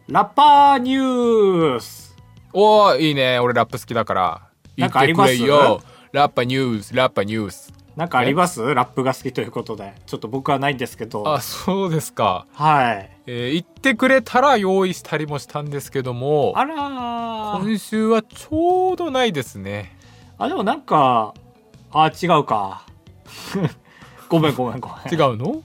Speaker 1: ラッパーニュース
Speaker 2: おおいいね俺ラップ好きだから
Speaker 1: なんかあります
Speaker 2: 言ってくれよラッパニュースラッパニュース」
Speaker 1: なんかありますラップが好きということでちょっと僕はないんですけど
Speaker 2: あそうですか、
Speaker 1: はい
Speaker 2: えー言ってくれたら用意したりもしたんですけども
Speaker 1: あらー
Speaker 2: 今週はちょうどないですね
Speaker 1: あでもなんかあ違うか <laughs> ごめんごめんごめん
Speaker 2: 違う <laughs> の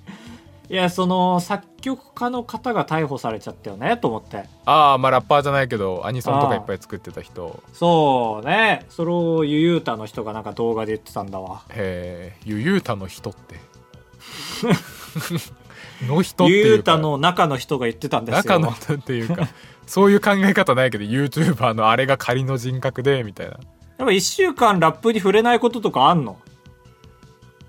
Speaker 1: いやその作曲家の方が逮捕されちゃったよねと思って
Speaker 2: ああまあラッパーじゃないけどアニソンとかいっぱい作ってた人
Speaker 1: そうねそれをゆゆうたの人がなんか動画で言ってたんだわ
Speaker 2: えー、ゆゆうたの人って
Speaker 1: <laughs>
Speaker 2: の人って
Speaker 1: ゆ
Speaker 2: い
Speaker 1: ゆ
Speaker 2: う
Speaker 1: うた
Speaker 2: か
Speaker 1: の中の人が言ってたんですよ
Speaker 2: 中の人っていうかそういう考え方ないけど YouTuber のあれが仮の人格でみたいない
Speaker 1: やっぱ1週間ラップに触れないこととかあんの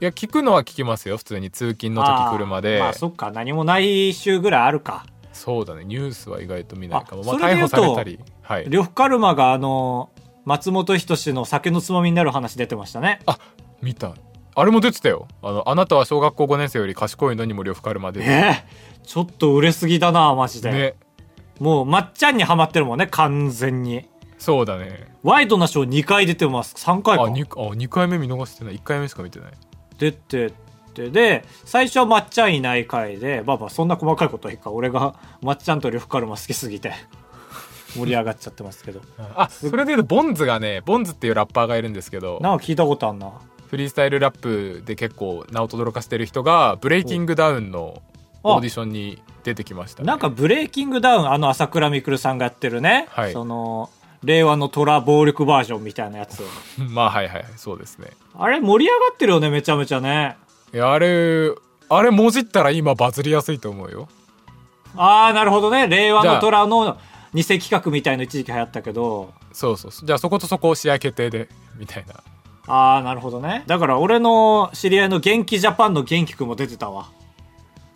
Speaker 2: や聞くのは聞きますよ普通に通勤の時車
Speaker 1: あ
Speaker 2: で、
Speaker 1: ーまあそっか何もない週ぐらいあるか
Speaker 2: そうだねニュースは意外と見ないかも、
Speaker 1: あ
Speaker 2: まあ、
Speaker 1: それで
Speaker 2: 逮
Speaker 1: 言
Speaker 2: 捕
Speaker 1: うと
Speaker 2: されたりはい
Speaker 1: 呂布カルマがあの松本人志の酒のつまみになる話出てましたね
Speaker 2: あ見たあれも出てたよあの「あなたは小学校5年生より賢いのにも呂布カルマで」
Speaker 1: えー、ちょっと売れすぎだなマジで、
Speaker 2: ね
Speaker 1: もうまっちゃんにはまってるもんね完全に
Speaker 2: そうだね
Speaker 1: ワイドなショー2回出てます3回か
Speaker 2: あ2あ二回目見逃してない1回目しか見てない
Speaker 1: 出ててで最初はまっちゃんいない回でまあまあそんな細かいことはいいか俺がまっちゃんと呂布カルマ好きすぎて <laughs> 盛り上がっちゃってます
Speaker 2: <laughs>
Speaker 1: けど
Speaker 2: あそれで言うとボンズがねボンズっていうラッパーがいるんですけど
Speaker 1: なんか聞いたことあんな
Speaker 2: フリースタイルラップで結構名を轟かしてる人がブレイキングダウンのオーディションに出てきましたね、
Speaker 1: なんかブレイキングダウン、あの朝倉未来さんがやってるね、
Speaker 2: はい
Speaker 1: その、令和の虎暴力バージョンみたいなやつ。
Speaker 2: まあはいはいそうですね
Speaker 1: あれ盛り上がってるよね、めちゃめちゃね。
Speaker 2: いやあれあれもじったら今バズりやすいと思うよ
Speaker 1: あー、なるほどね。令和の虎の偽企画みたいの一時期流行ったけど、
Speaker 2: そうそうそうじゃあそことそこを試合決定でみたいな
Speaker 1: あー、なるほどね。だから俺の知り合いの元気ジャパンの元気くんも出てたわ。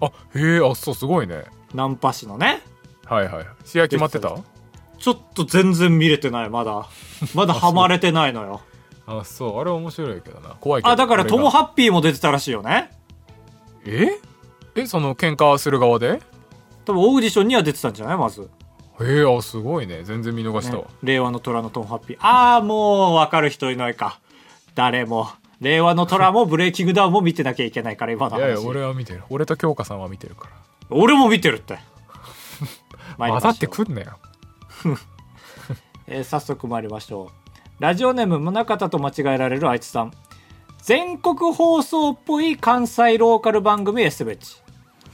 Speaker 2: あへえあそうすごいね
Speaker 1: ナンパ師のね。
Speaker 2: はいはい試合決まってた
Speaker 1: ちょっと全然見れてない、ま
Speaker 2: <laughs>
Speaker 1: だ。まだハマれてないのよ。
Speaker 2: あそうあれ面白いけどな怖いけど
Speaker 1: あ、だから
Speaker 2: 俺
Speaker 1: ト
Speaker 2: が
Speaker 1: モハッピーも出てたらしいよね。
Speaker 2: ええその喧嘩する側で
Speaker 1: 多分オーディションには出てたんじゃないまず。
Speaker 2: へえあすごいね全然見逃したわ、
Speaker 1: ね令和の虎のトンハッピー。ああ、もう分かる人いないか。誰も。令和の虎もブレイキングダウンも見てなきゃいけないから、今の話。
Speaker 2: いやいや俺は見てる俺と京香さんは見てるから
Speaker 1: 俺も見てるっ
Speaker 2: <laughs>
Speaker 1: て。参りま
Speaker 2: 混
Speaker 1: し
Speaker 2: ざ
Speaker 1: ょう
Speaker 2: ってくんなよ
Speaker 1: えー早速参りましょう。ラジオネーム、宗方と間違えられるあいつさん。全国放送っぽい関西ローカル番組 S ベチ。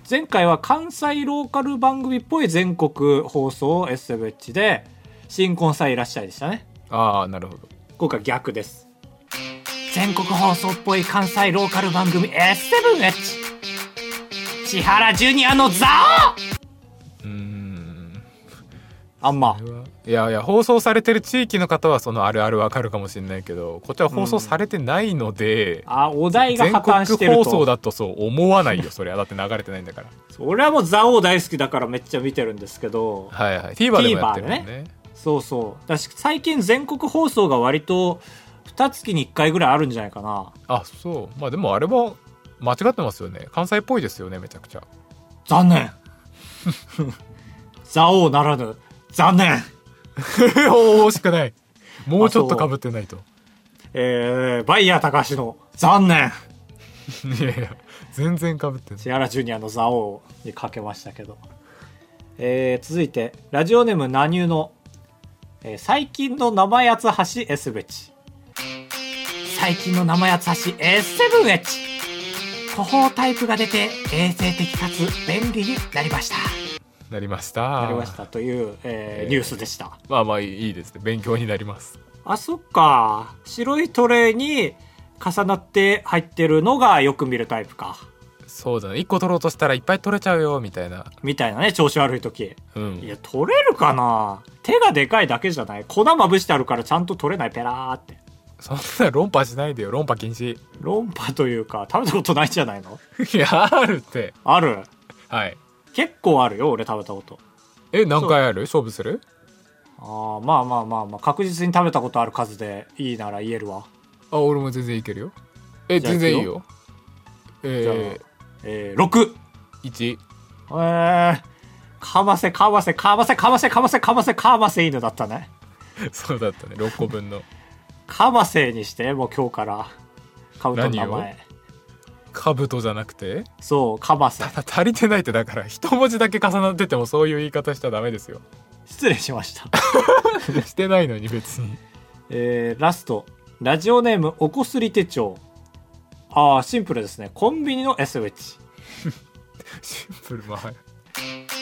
Speaker 1: 前回は関西ローカル番組っぽい全国放送 S ベチで、新婚さんいらっしゃいでしたね。
Speaker 2: ああなるほど
Speaker 1: 今回逆です全国放送っぽい関西ローカル番組 S7H 千原ジュニアの座
Speaker 2: うーん
Speaker 1: あんま
Speaker 2: いやいや放送されてる地域の方はそのあるあるわかるかもしれないけどこっちは放送されてないので、
Speaker 1: あお題が
Speaker 2: 全
Speaker 1: 破綻して
Speaker 2: 国
Speaker 1: ると
Speaker 2: 放送だとそう思わないよそれは <laughs> だって流れてないんだから
Speaker 1: 俺はもう「座王」大好きだからめっちゃ見てるんですけど
Speaker 2: はいはい TVer でもやってるもん
Speaker 1: TVer で
Speaker 2: ね
Speaker 1: そうそうだし最近全国放送が割と2月に1回ぐらいあるんじゃないかな
Speaker 2: あそうまあでもあれは間違ってますよね関西っぽいですよねめちゃくちゃ
Speaker 1: 残念 <laughs> 座王ならぬ残念
Speaker 2: お惜しく <laughs> ないもうちょっとかぶってないと
Speaker 1: えー、バイヤー高橋の残念
Speaker 2: いやいや全然かぶってない
Speaker 1: 千原ジュニアの座王にかけましたけど、えー続いてラジオネームナニューの、えー最近の生八つ橋 S ベチ最近の生八つ橋 S7H 個包タイプが出て衛生的かつ便利になりました
Speaker 2: なりました
Speaker 1: なりましたという、えー
Speaker 2: えー
Speaker 1: ニュースでした
Speaker 2: まあまあいいですね勉強になります
Speaker 1: あそっか白いトレイに重なって入ってるのがよく見るタイプか
Speaker 2: そうだね1個取ろうとしたらいっぱい取れちゃうよみたいな
Speaker 1: みたいなね調子悪い時
Speaker 2: うん
Speaker 1: いや取れるかな手がでかいだけじゃない粉まぶしてあるからちゃんと取れないペラーって
Speaker 2: そんな論破しないでよ論破禁止
Speaker 1: 論破というか食べたことないんじゃないの
Speaker 2: <laughs> いやあるって
Speaker 1: ある
Speaker 2: はい
Speaker 1: 結構あるよ俺食べたこと
Speaker 2: え何回ある勝負する
Speaker 1: あーまあまあまあまあ確実に食べたことある数でいいなら言えるわ
Speaker 2: あ俺も全然いけるよえ
Speaker 1: じゃあ
Speaker 2: 全然いい
Speaker 1: いく
Speaker 2: よ
Speaker 1: じゃあ
Speaker 2: え
Speaker 1: えー、6
Speaker 2: ー、1
Speaker 1: えー、かませかませかませかませかませかませかませ犬だったね
Speaker 2: <laughs> そうだったね6個分の
Speaker 1: かませにしてもう今日からカウトの名
Speaker 2: 何を
Speaker 1: 前
Speaker 2: 兜じゃなくて
Speaker 1: そうかませ
Speaker 2: ただ足りてないってだから一文字だけ重なっててもそういう言い方しちゃダメです <laughs> よ
Speaker 1: 失礼しました
Speaker 2: してないのに別に
Speaker 1: えーラストラジオネームおこすり手帳ああシンプルですねコンビニの S7H
Speaker 2: シンプルまあ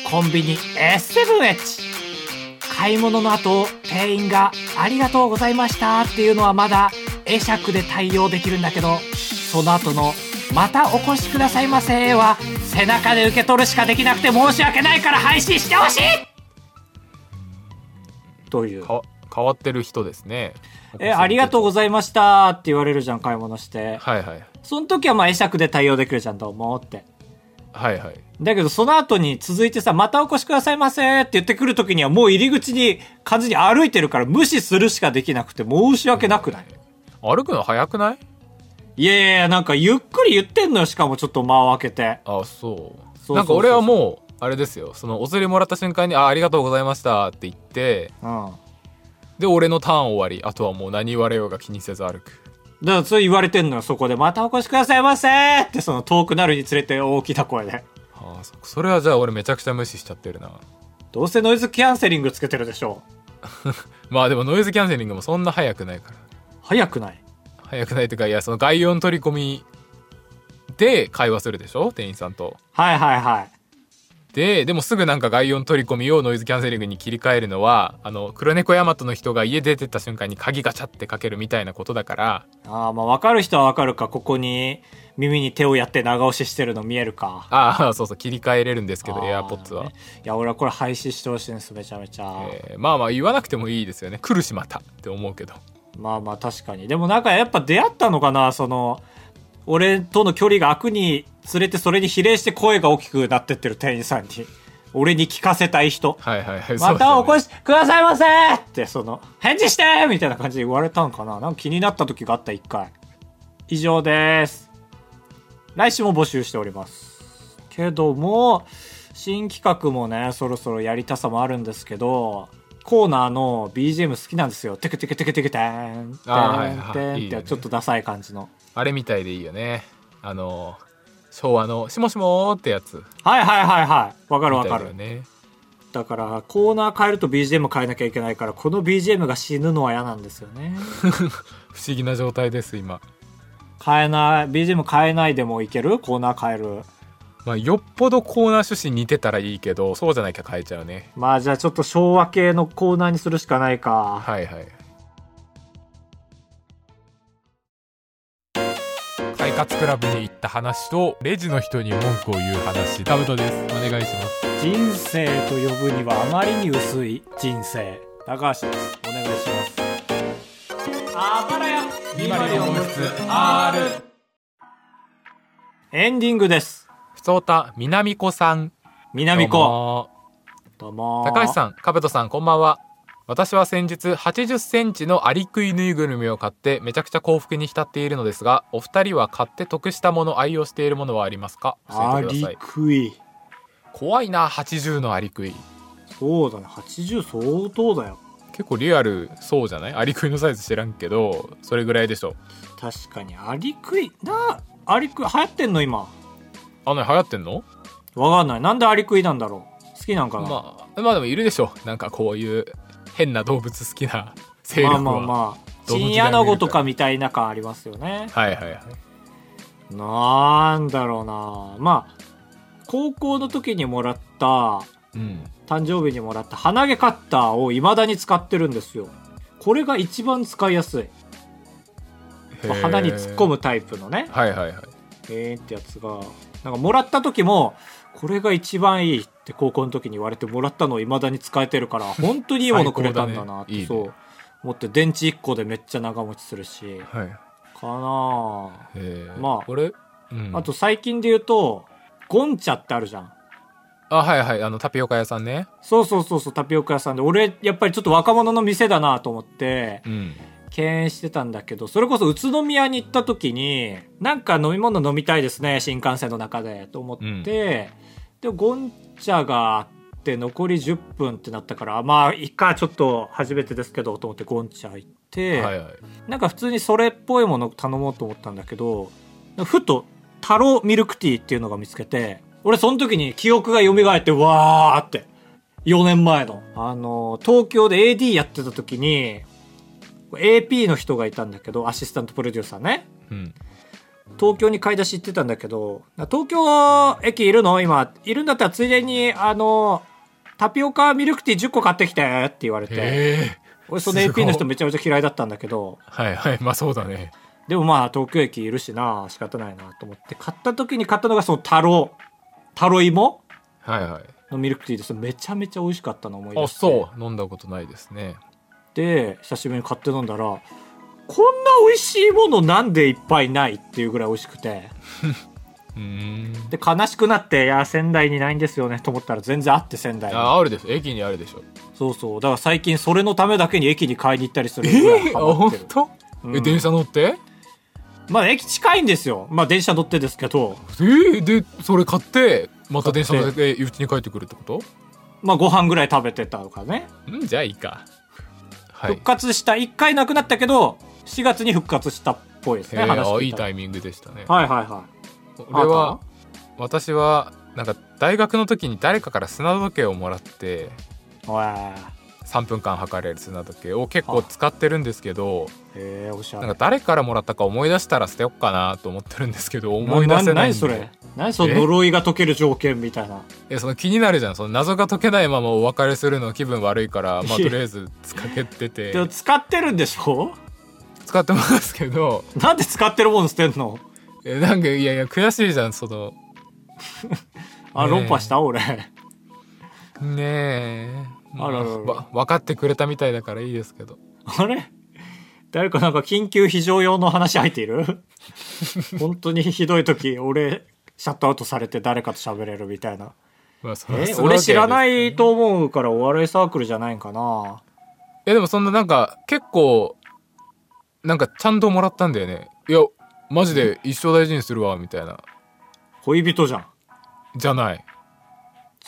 Speaker 1: コンビニ S7H 買い物の後店員が「ありがとうございました」っていうのはまだ会釈で対応できるんだけどその後の「またお越しくださいませ」は背中で受け取るしかできなくて申し訳ないから配信してほしいという
Speaker 2: か変わってる人ですね
Speaker 1: 「えありがとうございました」って言われるじゃん買い物して
Speaker 2: はいはい
Speaker 1: その時はまあ会釈で対応できるじゃん、どうもって。
Speaker 2: はいはい
Speaker 1: だけど、その後に続いてさ、またお越しくださいませって言ってくる時にはもう入り口に完全に歩いてるから無視するしかできなくて申し訳なくない、
Speaker 2: 歩くの早くない
Speaker 1: いやいやいや、なんかゆっくり言ってんのよ、しかもちょっと間を空けて。
Speaker 2: あそ
Speaker 1: そ
Speaker 2: う
Speaker 1: うそうそう
Speaker 2: なんか俺はもうあれですよそのお釣りもらった瞬間に「あありがとうございました」って言って
Speaker 1: うん。
Speaker 2: で俺のターン終わりあとはもう何言われようが気にせず歩く
Speaker 1: だからそれ言われてんのよ、そこで。またお越しくださいませってその遠くなるにつれて大きな声で。
Speaker 2: あそそれはじゃあ俺めちゃくちゃ無視しちゃってるな
Speaker 1: どうせノイズキャンセリングつけてるでしょ。
Speaker 2: まあでもノイズキャンセリングもそんな早くないから
Speaker 1: 早くない
Speaker 2: 早くないというかいやその概要の取り込みで会話するでしょ店員さんと
Speaker 1: はいはいはい。
Speaker 2: ででもすぐなんか概要の取り込みをノイズキャンセリングに切り替えるのはあの黒猫ヤマトの人が家出てった瞬間に鍵ガチャってかけるみたいなことだから
Speaker 1: ああ、まあ分かる人は分かるか、ここに耳に手をやって長押ししてるの見えるか。
Speaker 2: ああそうそう切り替えれるんですけ
Speaker 1: あ
Speaker 2: ど
Speaker 1: ー
Speaker 2: エアポッツは、
Speaker 1: ねいや、俺はこれ廃止してほしいんです、めちゃめちゃ。
Speaker 2: えーまあまあ言わなくてもいいですよね来るしまたって思うけど
Speaker 1: まあまあ確かに。でもなんかやっぱ出会ったのかな、その、俺との距離が空くにつれてそれに比例して声が大きくなってってる店員さんに。俺に聞かせたい人。
Speaker 2: はいはい <laughs> はい
Speaker 1: またお越
Speaker 2: し
Speaker 1: しくださいませって、その、返事してみたいな感じで言われたのかななんか気になった時があった、一回。以上です。来週も募集しております。けども、新企画もね、そろそろやりたさもあるんですけど、コーナーの BGM 好きなんですよ。テクテクテクテクテーン、テ
Speaker 2: あーはい
Speaker 1: ー
Speaker 2: は
Speaker 1: ン、
Speaker 2: い
Speaker 1: テーン
Speaker 2: いい
Speaker 1: って
Speaker 2: ね
Speaker 1: いちょっとダサい感じの。
Speaker 2: あれみたいでいいよねあの昭和の「しもしも」ってやつ
Speaker 1: はいはいはいはい。わかるわか
Speaker 2: みたいだよ
Speaker 1: る。
Speaker 2: ね
Speaker 1: だから、コーナー変えると BGM 変えなきゃいけないから、この BGM が死ぬのは嫌なんですよね。
Speaker 2: 不思議な状態です今
Speaker 1: 変えない、BGM 変えないでもいけるコーナー変える。
Speaker 2: まあよっぽどコーナー趣旨似てたらいいけどそうじゃなきゃ変えちゃうね
Speaker 1: まあじゃあちょっと昭和系のコーナーにするしかないか。
Speaker 2: はいはい快活クラブに行った話とレジの人に文句を言う話タブトですお願いします
Speaker 1: 人生と呼ぶにはあまりに薄い人生。高橋です。お願いします。あばらやエンディングです。
Speaker 2: ふつおた南子さん
Speaker 1: 南
Speaker 2: どう
Speaker 1: 子。
Speaker 2: も
Speaker 1: どうも
Speaker 2: 高橋
Speaker 1: ん。
Speaker 2: さん、かぶとさん、こんばんは。私は先日80センチのアリクイぬいぐるみを買ってめちゃくちゃ幸福に浸っているのですがお二人は買って得したもの愛用しているものはありますか教
Speaker 1: ア
Speaker 2: えてくだ
Speaker 1: リ
Speaker 2: さい
Speaker 1: クイ。
Speaker 2: 怖いな80のアリクイ
Speaker 1: そうだね。80相当だよ。
Speaker 2: 結構リアルそうじゃないアリクイのサイズ知らんけどそれぐらいでしょ
Speaker 1: 確かに。アリクイ。なあ、アリクイ流行ってんの今。
Speaker 2: あの流行ってんの
Speaker 1: わかんない。なんでアリクイなんだろう。好きなんかな、
Speaker 2: まあまあでもいるでしょなんかこういう変な動物好きな勢力
Speaker 1: ま
Speaker 2: は
Speaker 1: あ、まあまあ
Speaker 2: 動物が見えるから
Speaker 1: チンアナゴとかみたいな感ありますよね
Speaker 2: はいはいはい
Speaker 1: なんだろうなまあ高校の時にもらった
Speaker 2: うん
Speaker 1: 誕生日にもらった鼻毛カッターを未だに使ってるんですよこれが一番使いやすい
Speaker 2: へー
Speaker 1: 鼻に突っ込むタイプのね
Speaker 2: はいはいはい
Speaker 1: えーってやつがなんかもらった時もこれが一番いいって高校の時に言われてもらったのを未だに使えてるから本当にいいものくれたんだなって
Speaker 2: 最高だねいい
Speaker 1: そう思って電池1個でめっちゃ長持ちするし
Speaker 2: はい
Speaker 1: かな
Speaker 2: えー
Speaker 1: まあ
Speaker 2: これ、うん、
Speaker 1: ああと最近で言うとゴンチャってあるじゃん
Speaker 2: あはいはいあのタピオカ屋さんね
Speaker 1: そうそうそうそうタピオカ屋さんで俺やっぱりちょっと若者の店だなと思って
Speaker 2: うん
Speaker 1: 敬遠してたんだけどそれこそ宇都宮に行った時になんか飲み物飲みたいですね新幹線の中でと思って、
Speaker 2: うん
Speaker 1: でゴンチャがあって残り10分ってなったからまあいいかちょっと初めてですけどと思ってゴンチャ行って、
Speaker 2: はいはい
Speaker 1: なんか普通にそれっぽいもの頼もうと思ったんだけどふとタロミルクティーっていうのが見つけて俺その時に記憶が蘇ってわーって4年前のあの東京で AD やってた時に AP の人がいたんだけどアシスタントプロデューサーね
Speaker 2: うん
Speaker 1: 東京に買い出し行ってたんだけど東京駅いるの今いるんだったらついでにあのタピオカミルクティー10個買ってきてって言われて
Speaker 2: え
Speaker 1: 俺その
Speaker 2: すごい
Speaker 1: AP の人めちゃめちゃ嫌いだったんだけど
Speaker 2: はいはいまあそうだね
Speaker 1: でもまあ東京駅いるしな仕方ないなと思って買った時に買ったのがそのタロタロ芋
Speaker 2: はいはい
Speaker 1: のミルクティーですめちゃめちゃ美味しかったの思い出
Speaker 2: あ
Speaker 1: して
Speaker 2: そう飲んだことないですね
Speaker 1: で久しぶりに買って飲んだらこんな美味しいものなんでいっぱいないっていうぐらい美味しくて
Speaker 2: うーん
Speaker 1: で悲しくなっていや仙台にないんですよねと思ったら全然あって仙台に
Speaker 2: ああるでしょ駅にあるでしょ
Speaker 1: そうそうだから最近それのためだけに駅に買いに行ったりするぐら
Speaker 2: え
Speaker 1: い
Speaker 2: ー、
Speaker 1: ハマ
Speaker 2: あ
Speaker 1: ってる、
Speaker 2: 本当、
Speaker 1: うん
Speaker 2: え電車乗って
Speaker 1: まあ駅近いんですよまあ電車乗ってですけど
Speaker 2: えー、でそれ買ってまた電車乗ってうちに帰ってくるってこと
Speaker 1: まあご飯ぐらい食べてたとかね
Speaker 2: うんじゃあいいかは
Speaker 1: 復活した、一回なくなったけど7月に復活したっぽいです
Speaker 2: へ
Speaker 1: ね
Speaker 2: ー
Speaker 1: 話
Speaker 2: あ
Speaker 1: 聞
Speaker 2: いい
Speaker 1: たら
Speaker 2: タイミングでしたね
Speaker 1: はいはいは
Speaker 2: 俺
Speaker 1: あ
Speaker 2: は私はなんか大学の時に誰かから砂時計をもらって
Speaker 1: いおえ
Speaker 2: 3分間測れる砂時計を結構使ってるんですけど
Speaker 1: へえおしゃ
Speaker 2: な
Speaker 1: れ
Speaker 2: んか誰からもらったか思い出したら捨てよっかなと思ってるんですけど思い出せないん
Speaker 1: 何
Speaker 2: で
Speaker 1: それ何その呪いが解ける条件みたいな
Speaker 2: えその気になるじゃんその謎が解けないままお別れするの気分悪いから <laughs> まあとりあえず使ってて
Speaker 1: でも使ってるんでしょ <laughs>
Speaker 2: 使ってますけど
Speaker 1: なんで使ってるもの捨てんの
Speaker 2: えなんかいやいや悔しいじゃんその
Speaker 1: あ
Speaker 2: ねえ
Speaker 1: 論破した俺 <laughs>
Speaker 2: ねえ
Speaker 1: あららら
Speaker 2: わ分かってくれたみたいだからいいですけど
Speaker 1: あれ誰かなんか緊急非常用の話入ってい
Speaker 2: <laughs>
Speaker 1: る本当にひどい時俺シャットアウトされて誰かと喋れるみたいな
Speaker 2: まあそれは
Speaker 1: え
Speaker 2: その
Speaker 1: 俺知ら
Speaker 2: わ
Speaker 1: な
Speaker 2: けです
Speaker 1: いと思うからお笑いサークルじゃないんかな
Speaker 2: えでもそんななんか結構なんかちゃんともらったんだよねいやマジで一生大事にするわみたいな
Speaker 1: 恋人じゃん
Speaker 2: じゃない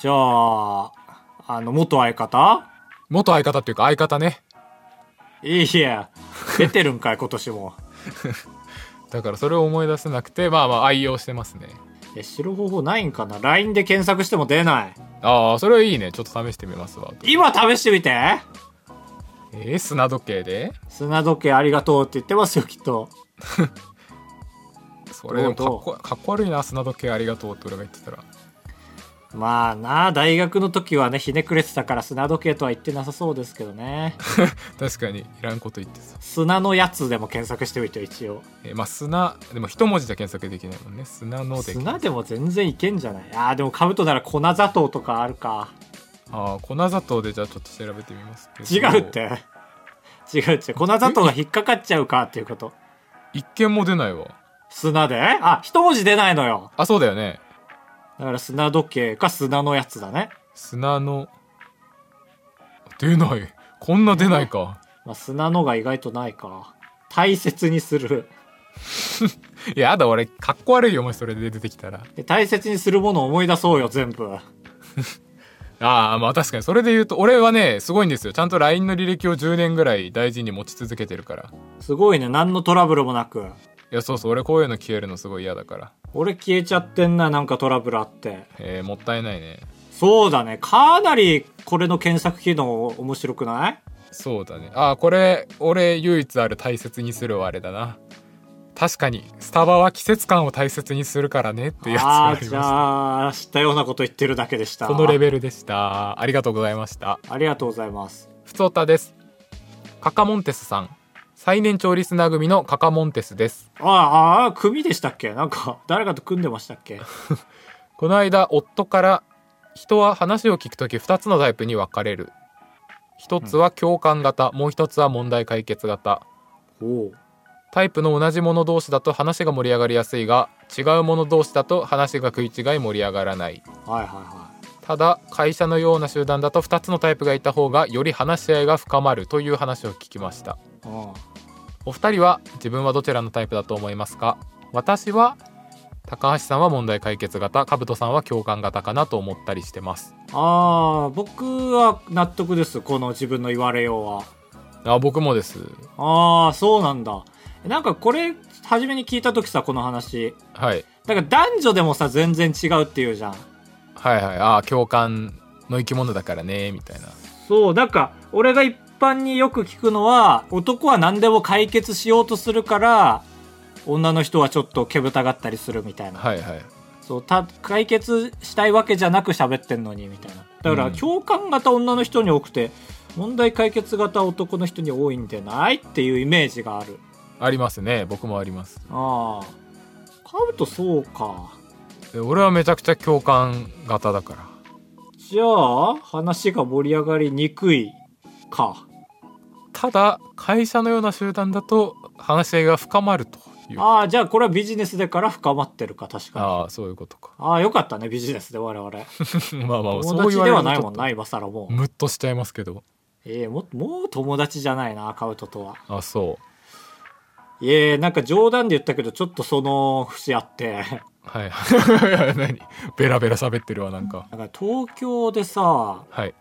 Speaker 1: じゃあ、あの、元相方
Speaker 2: 元相方っていうか相方ね
Speaker 1: いいや、出てるんかい、今年も。
Speaker 2: だからそれを思い出せなくてまあまあ愛用してますね
Speaker 1: え、知る方法ないんかな ?LINE で検索しても出ない。
Speaker 2: ああそれはいいねちょっと試してみますわ
Speaker 1: 今試してみて
Speaker 2: えー砂時計で
Speaker 1: 砂時計ありがとうって言ってますよ、きっと。
Speaker 2: それでも
Speaker 1: ど
Speaker 2: かっ
Speaker 1: うど
Speaker 2: こかっこ悪いな砂時計ありがとうって俺が言ってたら
Speaker 1: まあなあ、大学の時はね、ひねくれてたから砂時計とは言ってなさそうですけどね。
Speaker 2: 確かにいらんこと言ってさ、
Speaker 1: 砂のやつでも検索してみて、一応。
Speaker 2: えーまあ砂でも一文字じゃ検索できないもんね砂ので
Speaker 1: 砂でも全然いけんじゃないああ、でもカブトなら粉砂糖とかあるか。
Speaker 2: ああ粉砂糖でじゃあちょっと調べてみます
Speaker 1: 違
Speaker 2: けど
Speaker 1: うって。違う違う。粉砂糖が引っかかっちゃうかっていうこと。
Speaker 2: 一見も出ないわ
Speaker 1: 砂であ、一文字出ないのよ。
Speaker 2: あそうだよね
Speaker 1: だから砂時計か砂のやつだね。
Speaker 2: 砂の出ないこんな出ないか
Speaker 1: まあ、砂のが意外とないか。大切にする。
Speaker 2: いややだ俺かっこ悪いよもしそれで出てきたら
Speaker 1: で大切にするものを思い出そうよ、全部。
Speaker 2: ああまあ確かにそれで言うと俺はねすごいんですよちゃんと LINE の履歴を10年ぐらい大事に持ち続けてるから
Speaker 1: すごいね、何のトラブルもなく。
Speaker 2: いやそうそう俺こういうの消えるのすごい嫌だから
Speaker 1: 俺消えちゃってんな、なんかトラブルあって。
Speaker 2: えー、もったいないね
Speaker 1: そうだね。かなりこれの検索機能面白くない
Speaker 2: そうだねあーこれ俺唯一ある大切にするはあれだな確かにスタバは季節感を大切にするからねってやつが
Speaker 1: あ
Speaker 2: あ
Speaker 1: あ
Speaker 2: り
Speaker 1: ー、
Speaker 2: まし
Speaker 1: じ
Speaker 2: た
Speaker 1: ゃあ、知ったようなこと言ってるだけでした。
Speaker 2: そのレベルでしたありがとうございました
Speaker 1: ありがとうございます。
Speaker 2: ふつおたですカカモンテスさん最年長リスナー組のカカモンテスです
Speaker 1: ああ、ああ、組でしたっけなんか、誰かと組んでましたっけ
Speaker 2: この間夫から人は話を聞くとき2つのタイプに分かれる一つは共感型、もう一つは問題解決型
Speaker 1: おう
Speaker 2: タイプの同じもの同士だと話が盛り上がりやすいが違うもの同士だと話が食い違い盛り上がらない
Speaker 1: はいはいは
Speaker 2: ただ会社のような集団だと2つのタイプがいた方がより話し合いが深まるという話を聞きました
Speaker 1: い。うん。
Speaker 2: お二人は自分はどちらのタイプだと思いますか私は高橋さんは問題解決型兜さんは共感型かなと思ったりしてます
Speaker 1: ああ、僕は納得です。この自分の言われようは。
Speaker 2: あ僕もです
Speaker 1: ああ、そうなんだ。なんかこれ、初めに聞いた時さ、この話。
Speaker 2: はい
Speaker 1: だから男女でもさ、全然違うっていうじゃん。
Speaker 2: はいはいあ共感の生き物だからねみたいな
Speaker 1: そう、なんか、俺が一般によく聞くのは、男は何でも解決しようとするから、女の人はちょっと毛豚がったりするみたいな。
Speaker 2: はいはい
Speaker 1: そう、た、解決したいわけじゃなく喋ってんのに、みたいな。だから、
Speaker 2: うん
Speaker 1: 共感型女の人に多くて、問題解決型男の人に多いんじゃないっていうイメージがある。
Speaker 2: ありますね僕もあります
Speaker 1: ああ。買うとそうか。
Speaker 2: で俺はめちゃくちゃ共感型だから
Speaker 1: じゃあ、話が盛り上がりにくいか。
Speaker 2: ただ会社のような集団だと話し合いが深まるというあ
Speaker 1: ああ、じゃあこれはビジネスでから深まってるか、確かに。
Speaker 2: あーそういうことか <laughs>
Speaker 1: ああ、よかったね、ビジネスで我々。
Speaker 2: まあまあ
Speaker 1: 友
Speaker 2: そう
Speaker 1: 達
Speaker 2: 言
Speaker 1: で
Speaker 2: われ
Speaker 1: はな
Speaker 2: ると
Speaker 1: いもんな、今更もう。
Speaker 2: ムッとしちゃいますけど
Speaker 1: ええも、もう友達じゃないな、カウトとは。
Speaker 2: あそう
Speaker 1: いえなんか冗談で言ったけど、ちょっとその節あって。 <laughs>
Speaker 2: はい <laughs> 何ベラベラ喋ってるわなんか
Speaker 1: なんか東京でさ、
Speaker 2: はい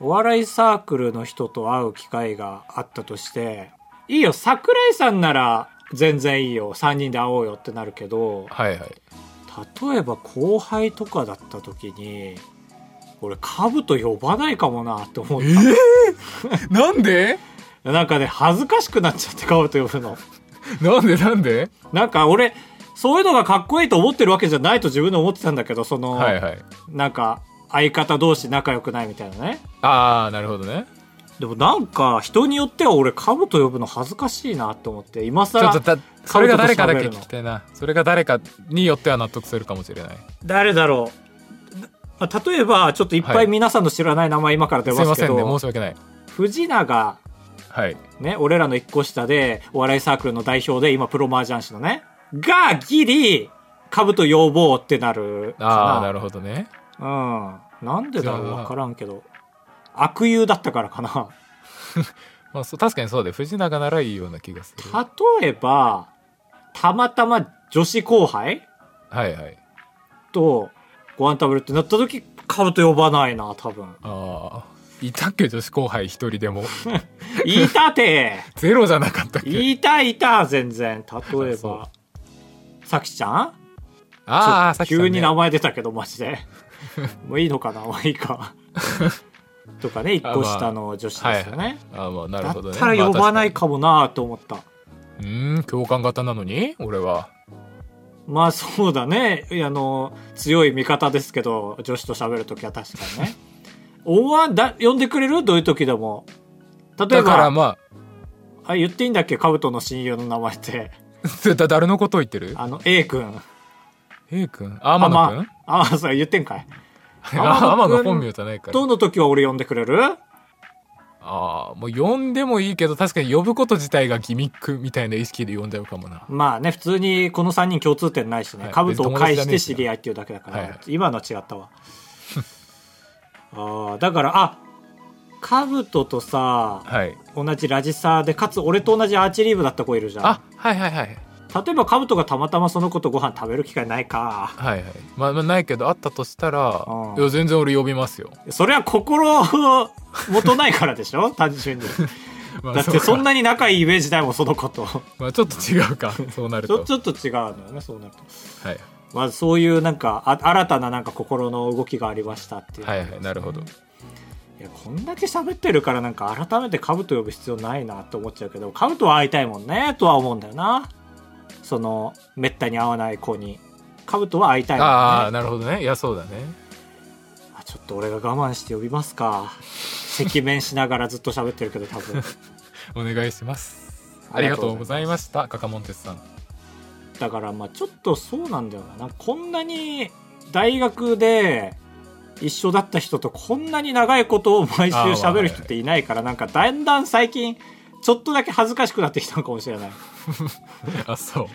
Speaker 1: お笑いサークルの人と会う機会があったとして、いいよ、桜井さんなら全然いいよ、3人で会おうよってなるけど、
Speaker 2: はい
Speaker 1: <laughs>
Speaker 2: はい
Speaker 1: 例えば後輩とかだった時に、俺、カブと呼ばないかもなって思っ
Speaker 2: え
Speaker 1: た。
Speaker 2: ー、なんで
Speaker 1: なんかね、恥ずかしくなっちゃって、カブと呼ぶの。
Speaker 2: なんでなんで
Speaker 1: なんか俺、そういうのがかっこいいと思ってるわけじゃないと自分で思ってたんだけど、その、
Speaker 2: はいはい
Speaker 1: なんか、相方同士仲良くないみたいなね。
Speaker 2: ああなるほどね
Speaker 1: でもなんか、人によっては俺、カブと呼ぶの恥ずかしいなって思って、今
Speaker 2: ちょ
Speaker 1: 更
Speaker 2: っとだそれが誰かだけ
Speaker 1: カブトと喋る
Speaker 2: 聞
Speaker 1: の
Speaker 2: きたいなそれが誰かによっては納得するかもしれない
Speaker 1: 誰だろう。あ例えば、ちょっといっぱ
Speaker 2: はい
Speaker 1: い皆さんの知らない名前今から出
Speaker 2: すい
Speaker 1: ま
Speaker 2: ます
Speaker 1: け
Speaker 2: せん
Speaker 1: ど、
Speaker 2: ね申し訳ない
Speaker 1: 藤永、
Speaker 2: はい
Speaker 1: ね、俺らの一個下で、お笑いサークルの代表で、今プロマージャン師のね、が、ギリ、カブと呼ぼうってなるか
Speaker 2: ああなるほどね
Speaker 1: うん。なんでだろ
Speaker 2: じ
Speaker 1: う
Speaker 2: ゃあ
Speaker 1: わからんけど。悪友だったからかな。
Speaker 2: まあ、そう確かにそうで藤永ならいいような気がするは
Speaker 1: 例えば、たまたま女子後輩
Speaker 2: いはい。
Speaker 1: とご飯食べるってなった時、カブと呼ばないな、多分
Speaker 2: <laughs> ああいたっけ女子後輩一人で <laughs> も
Speaker 1: いた
Speaker 2: <laughs>
Speaker 1: て
Speaker 2: ゼロじゃなかったっけ
Speaker 1: いたいた全然。例え
Speaker 2: あそう
Speaker 1: ば、さきちゃん
Speaker 2: ああ
Speaker 1: ちょ
Speaker 2: さっきさんね
Speaker 1: 急に名前出たけど、マジ
Speaker 2: <laughs>
Speaker 1: で。もういいのかなまあいいか。とかね、一個下の女子
Speaker 2: は
Speaker 1: で
Speaker 2: い
Speaker 1: すよね。
Speaker 2: はいああまあなるほど
Speaker 1: だっ
Speaker 2: ね
Speaker 1: たら呼ばない
Speaker 2: まあ
Speaker 1: かもなと思った。
Speaker 2: 確かにうーん共感型なのに俺は
Speaker 1: まあそうだね。いやあの、強い味方ですけど、女子と喋るときは確かにね。おわだ、呼んでくれるどういうときでも。例え
Speaker 2: だから
Speaker 1: ば、
Speaker 2: ま
Speaker 1: あ、言っていいんだっけカブトの親友の名前って。
Speaker 2: あ <laughs> だ誰のことを言ってる
Speaker 1: あの、A 君。
Speaker 2: A 君天野君
Speaker 1: あ、まあ、そう、言ってんかい。
Speaker 2: あ
Speaker 1: 天
Speaker 2: <laughs> 天
Speaker 1: 野君
Speaker 2: 野本名じゃないから
Speaker 1: どのときは俺呼んでくれる
Speaker 2: ああもう呼んでもいいけど確かに呼ぶこと自体がギミックみたいな意識で呼んじゃうかもな
Speaker 1: まあね、普通にこの3人共通点ないし
Speaker 2: は
Speaker 1: ね。
Speaker 2: い
Speaker 1: カブトを介して知
Speaker 2: 別に友達じゃねえしな
Speaker 1: り合いっていうだけだから、
Speaker 2: はいはい
Speaker 1: 今のは違ったわ。 <laughs> ああ、だから、あ、カブトとさ、
Speaker 2: はい
Speaker 1: 同じラジサーでかつ俺と同じアーチェリー部だった子いるじゃん
Speaker 2: あはいはいはい
Speaker 1: 例えばカブトがたまたまその子とご飯食べる機会ないか
Speaker 2: はいはいまあ、まあ、ないけどあったとしたら
Speaker 1: うん
Speaker 2: いや全然俺呼びますよ、
Speaker 1: それは心をもとないからでし
Speaker 2: <laughs>
Speaker 1: ょ単純に
Speaker 2: まあ
Speaker 1: だってそん
Speaker 2: な、
Speaker 1: なに仲いいイメージないもんその子と
Speaker 2: <laughs> まあ、ちょっと違うかそうなる
Speaker 1: ちょ
Speaker 2: と
Speaker 1: ちょっと違うのよねそうなると
Speaker 2: はい
Speaker 1: まあ、そういうなんかあ新たななんか心の動きがありましたっていう、
Speaker 2: はいはいなるほど
Speaker 1: いやこんだけ喋ってるからなんか改めてカブト呼ぶ必要ないなって思っちゃうけどカブトは会いたいもんねとは思うんだよなそのめったに会わない子にカブトは会いたいもんね
Speaker 2: ああなるほどねいやそうだね
Speaker 1: あちょっと俺が我慢して呼びますか赤面しながらずっと喋ってるけど多分
Speaker 2: お願いしますありがとうございましたカカモンテスさん
Speaker 1: だからまあちょっとそうなんだよななんかこんなに大学で一緒だった人とこんなに長いことを毎週喋る人っていないからなんかだんだん最近ちょっとだけ恥ずかしくなってきたのかもしれない
Speaker 2: <laughs> あそ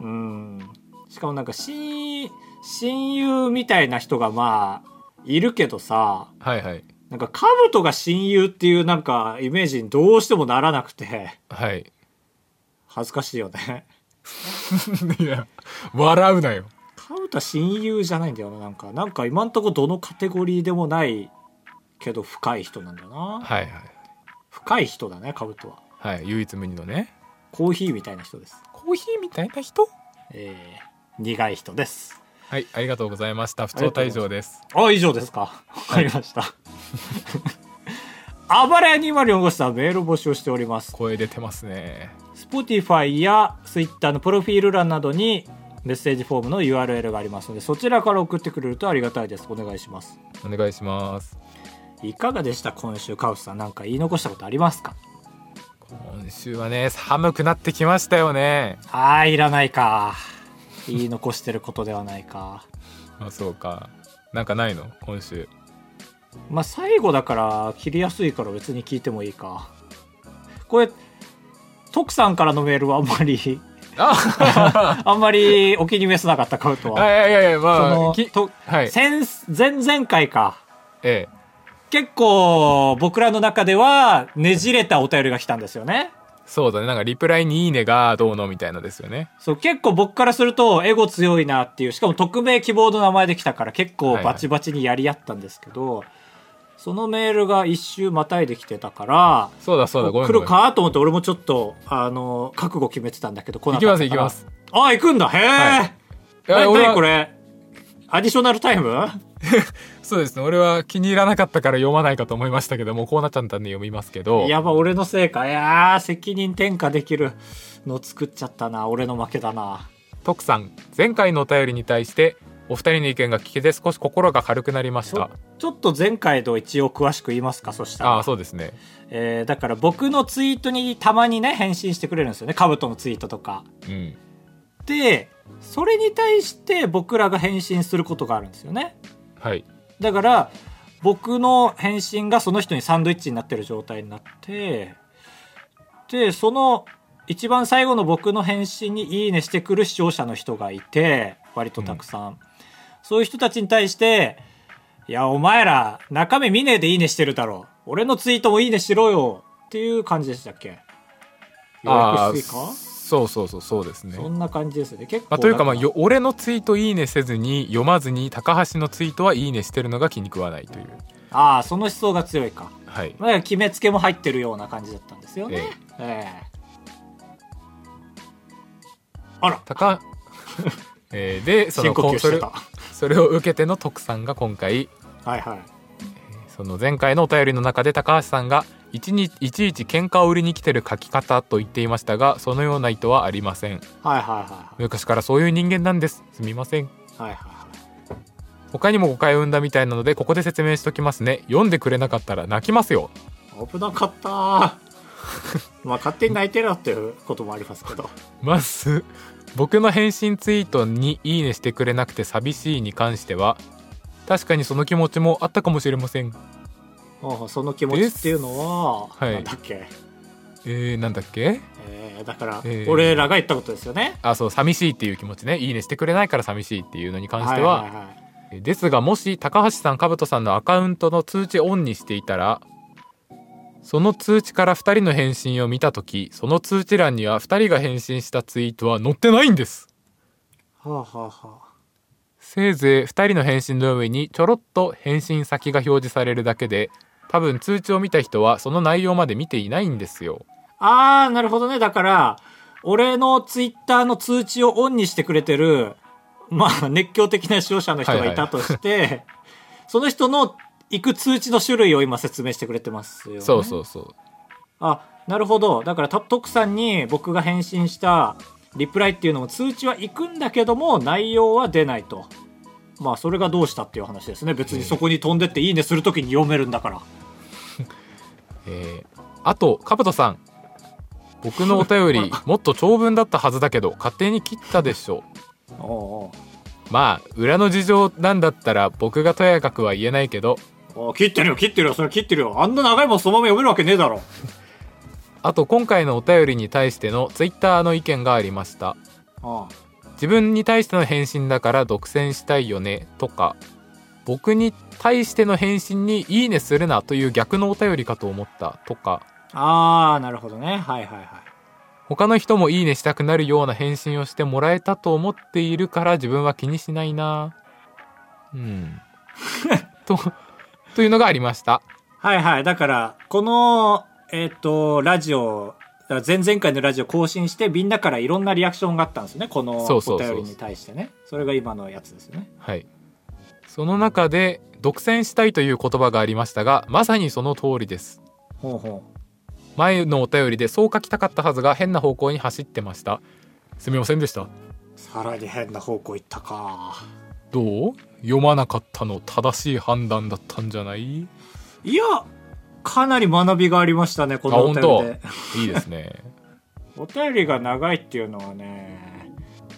Speaker 2: う
Speaker 1: うんしかもなんか親親友みたいな人がまあいるけどさ
Speaker 2: はいはい
Speaker 1: なんかカブトが親友っていうなんかイメージにどうしてもならなくて
Speaker 2: はい
Speaker 1: 恥ずかしいよね
Speaker 2: <laughs> いや笑うなよ
Speaker 1: カブトは親友じゃないんだよななんかなんか今んとこどのカテゴリーでもないけど深い人なんだよな
Speaker 2: はいはい
Speaker 1: 深い人だねカブトは
Speaker 2: はい唯一無二のね
Speaker 1: コーヒーみたいな人です
Speaker 2: コーヒーみたいな人
Speaker 1: えー、苦い人です
Speaker 2: はいありがとうございました不調退場です
Speaker 1: あ、以上ですか。わかりました。 <laughs> あばれ204号室はメールを募集しております。
Speaker 2: 声出てますね
Speaker 1: Spotify や Twitter のプロフィール欄などにメッセージフォームの URL がありますので、そちらから送ってくれるとありがたいです。お願いします。
Speaker 2: お願いします
Speaker 1: いかがでした今週、カウスさん。なんか言い残したことありますか
Speaker 2: 今週はね寒くなってきましたよね
Speaker 1: あー、いらないか。言い残してることではないか。
Speaker 2: あそうかなんかないの今 <laughs> 週
Speaker 1: まあ、最後だから切りやすいから別に聞いてもいいか。これ、徳さんからのメールはあんまり
Speaker 2: あ
Speaker 1: <laughs> あんまりお気に召さなかったカウト
Speaker 2: い
Speaker 1: は。
Speaker 2: やいやいや
Speaker 1: そ
Speaker 2: まあ
Speaker 1: の
Speaker 2: き
Speaker 1: と
Speaker 2: はい
Speaker 1: 先前々回か。
Speaker 2: ええ
Speaker 1: 結構僕らの中ではねじれたお便りが来たんですよね。
Speaker 2: そうだねなんかリプライに「いいね」がどうのみたいなですよね
Speaker 1: そう結構僕からするとエゴ強いなっていうしかも匿名希望の名前で来たから結構
Speaker 2: はいはい
Speaker 1: バチバチにやり合ったんですけど、そのメールが一周またいできてたから
Speaker 2: そうだそうだごめん
Speaker 1: 来
Speaker 2: ご
Speaker 1: る
Speaker 2: めん
Speaker 1: かと思って俺もちょっとあの覚悟決めてたんだけど来な
Speaker 2: 行き
Speaker 1: か
Speaker 2: ま
Speaker 1: った
Speaker 2: す行き
Speaker 1: から
Speaker 2: ます
Speaker 1: あ行くんだへえ、
Speaker 2: いや
Speaker 1: な
Speaker 2: 俺は
Speaker 1: 何これアディショナルタイム
Speaker 2: そうですね俺は気に入らなかったから読まないかと思いましたけどもうこうなっちゃったんで読みますけど
Speaker 1: やば、俺のせいか。いやー、責任転嫁できるの作っちゃったな。俺の負けだな。
Speaker 2: 徳さん前回のお便りに対してお二人の意見が聞けて少し心が軽くなりまし
Speaker 1: ちょ
Speaker 2: た
Speaker 1: ちょっと前回と一応詳しく言いますか、そした
Speaker 2: あ
Speaker 1: ら
Speaker 2: あ。そうですね
Speaker 1: えー、だから僕のツイートにたまにね、返信してくれるんですよね。カブトのツイートとか。
Speaker 2: うん
Speaker 1: で、それに対して僕らが返信することがあるんですよね。
Speaker 2: はい
Speaker 1: だから、僕の返信がその人にサンドイッチになってる状態になって、で、その一番最後の僕の返信にいいねしてくる視聴者の人がいて、割とたくさん。そういう人たちに対して、いや、お前ら、中身見ねえでいいねしてるだろ。俺のツイートもいいねしろよ。っていう感じでしたっけ予約しすぎ
Speaker 2: あ
Speaker 1: か
Speaker 2: ーそうそうそうそうですね
Speaker 1: そんな感じですね。結構。
Speaker 2: まあ、というかまあ
Speaker 1: だら
Speaker 2: よ俺のツイート「いいね」せずに読まずに高橋のツイートは「いいね」してるのが気に食わないという
Speaker 1: ああ、その思想が強いか。
Speaker 2: はい
Speaker 1: まあ、決めつけも入ってるような感じだったんですよね。
Speaker 2: え
Speaker 1: ええあら、
Speaker 2: 高 <laughs> えーでそ
Speaker 1: 深
Speaker 2: の
Speaker 1: 呼
Speaker 2: こ
Speaker 1: 吸
Speaker 2: う
Speaker 1: し
Speaker 2: そ
Speaker 1: て
Speaker 2: れ
Speaker 1: た。
Speaker 2: それを受けての徳さんが今回
Speaker 1: はいはい。
Speaker 2: その前回のお便りの中で高橋さんがいちにいちいち喧嘩を売りに来てる書き方と言っていましたがそのような意図はありません
Speaker 1: はいは
Speaker 2: 昔からそういう人間なんですすみません
Speaker 1: いはいはい。はいはい
Speaker 2: 他にも誤解を生んだみたいなのでここで説明しときますね読んでくれなかったら泣きますよ
Speaker 1: はい。危なかったまあ、勝手に泣いてるなっていうこともあります <laughs> けど。
Speaker 2: まず <laughs> 僕の返信ツイートに「いいね」してくれなくて寂しいに関しては確かにその気持ちもあったかもしれません
Speaker 1: うんその気持ちっていうのは、
Speaker 2: はい
Speaker 1: なんだっけ。
Speaker 2: えー、なんだっけ
Speaker 1: えーだから、
Speaker 2: えー
Speaker 1: 俺らが言ったことですよね。
Speaker 2: あそう寂しいっていう気持ちね「いいね」してくれないから寂しいっていうのに関しては、
Speaker 1: いはいはい、
Speaker 2: ですがもし高橋さんかぶとさんのアカウントの通知オンにしていたらその通知から2人の返信を見た時その通知欄には2人が返信したツイートは載ってないんです
Speaker 1: はあ、はあはあ、
Speaker 2: せいぜい2人の返信の上にちょろっと返信先が表示されるだけで多分通知を見た人はその内容まで見ていないんですよ
Speaker 1: あー、なるほどね。だから、俺のツイッターの通知をオンにしてくれてる、まあ、熱狂的な視聴者の人がいたとして、その人の行く通知の種類を今説明してくれてますよ、ね。
Speaker 2: そうそうそう
Speaker 1: あ、なるほど。だから、た徳さんに僕が返信したリプライっていうのも通知は行くんだけども、内容は出ないと。まあ、それがどうしたっていう話ですね。別にそこに飛んでっていいねするときに読めるんだから。
Speaker 2: えーあとカブトさん僕のお便りもっと長文だったはずだけど勝手に切ったでしょ
Speaker 1: おう
Speaker 2: まあ裏の事情なんだったら僕がとやかくは言えないけど
Speaker 1: おうおう切ってるよ、切ってるよ、それ切ってるよ。あんな長いもんそのまま読めるわけねえだろ。
Speaker 2: あと今回のお便りに対してのツイッターの意見がありました
Speaker 1: あ
Speaker 2: 自分に対しての返信だから独占したいよねとか僕に対しての返信にいいねするなという逆のお便りかと思ったとか
Speaker 1: ああー、なるほどね。はいはいはい。
Speaker 2: 他の人もいいねしたくなるような返信をしてもらえたと思っているから自分は気にしないなうん <laughs> とというのがありました
Speaker 1: はいはい。だから、この、えっ、と、ラジオ、だから前々回のラジオ更新して、みんなからいろんなリアクションがあったんですよね。この
Speaker 2: そ
Speaker 1: お
Speaker 2: うそうそう
Speaker 1: 便りに対してね。それが今のやつですよね。
Speaker 2: はいその中で独占したいという言葉がありましたがまさにその通りです
Speaker 1: ほうほ
Speaker 2: 前のお便りでそう書きたかったはずが変な方向に走ってましたすみませんでした
Speaker 1: う。さらに変な方向行ったか。
Speaker 2: どう読まなかったの正しい判断だったんじゃないい
Speaker 1: いや、かなり学びがありましたね、このお便
Speaker 2: あ
Speaker 1: り
Speaker 2: 本
Speaker 1: で。
Speaker 2: いですね
Speaker 1: お便りが長いっていうのはね、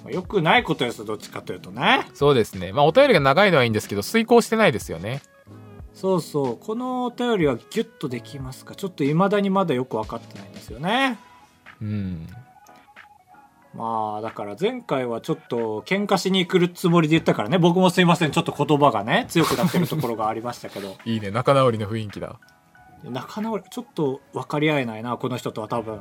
Speaker 1: まあ良くないことですよ、どっちかというとね。
Speaker 2: <laughs> そうですねまあお便りが長いのはいいんですけど遂行してないですよね
Speaker 1: そうそう。このお便りはギュッとできますかちょっと未だにまだよく分かってないんですよね。
Speaker 2: うん
Speaker 1: まあだから前回はちょっと喧嘩しに来るつもりで言ったからね僕もすいませんちょっと言葉がね強くなってるところがありましたけど <laughs>
Speaker 2: いいね仲直りの雰囲気だ
Speaker 1: 仲直りちょっと分かり合えないなこの人とは多分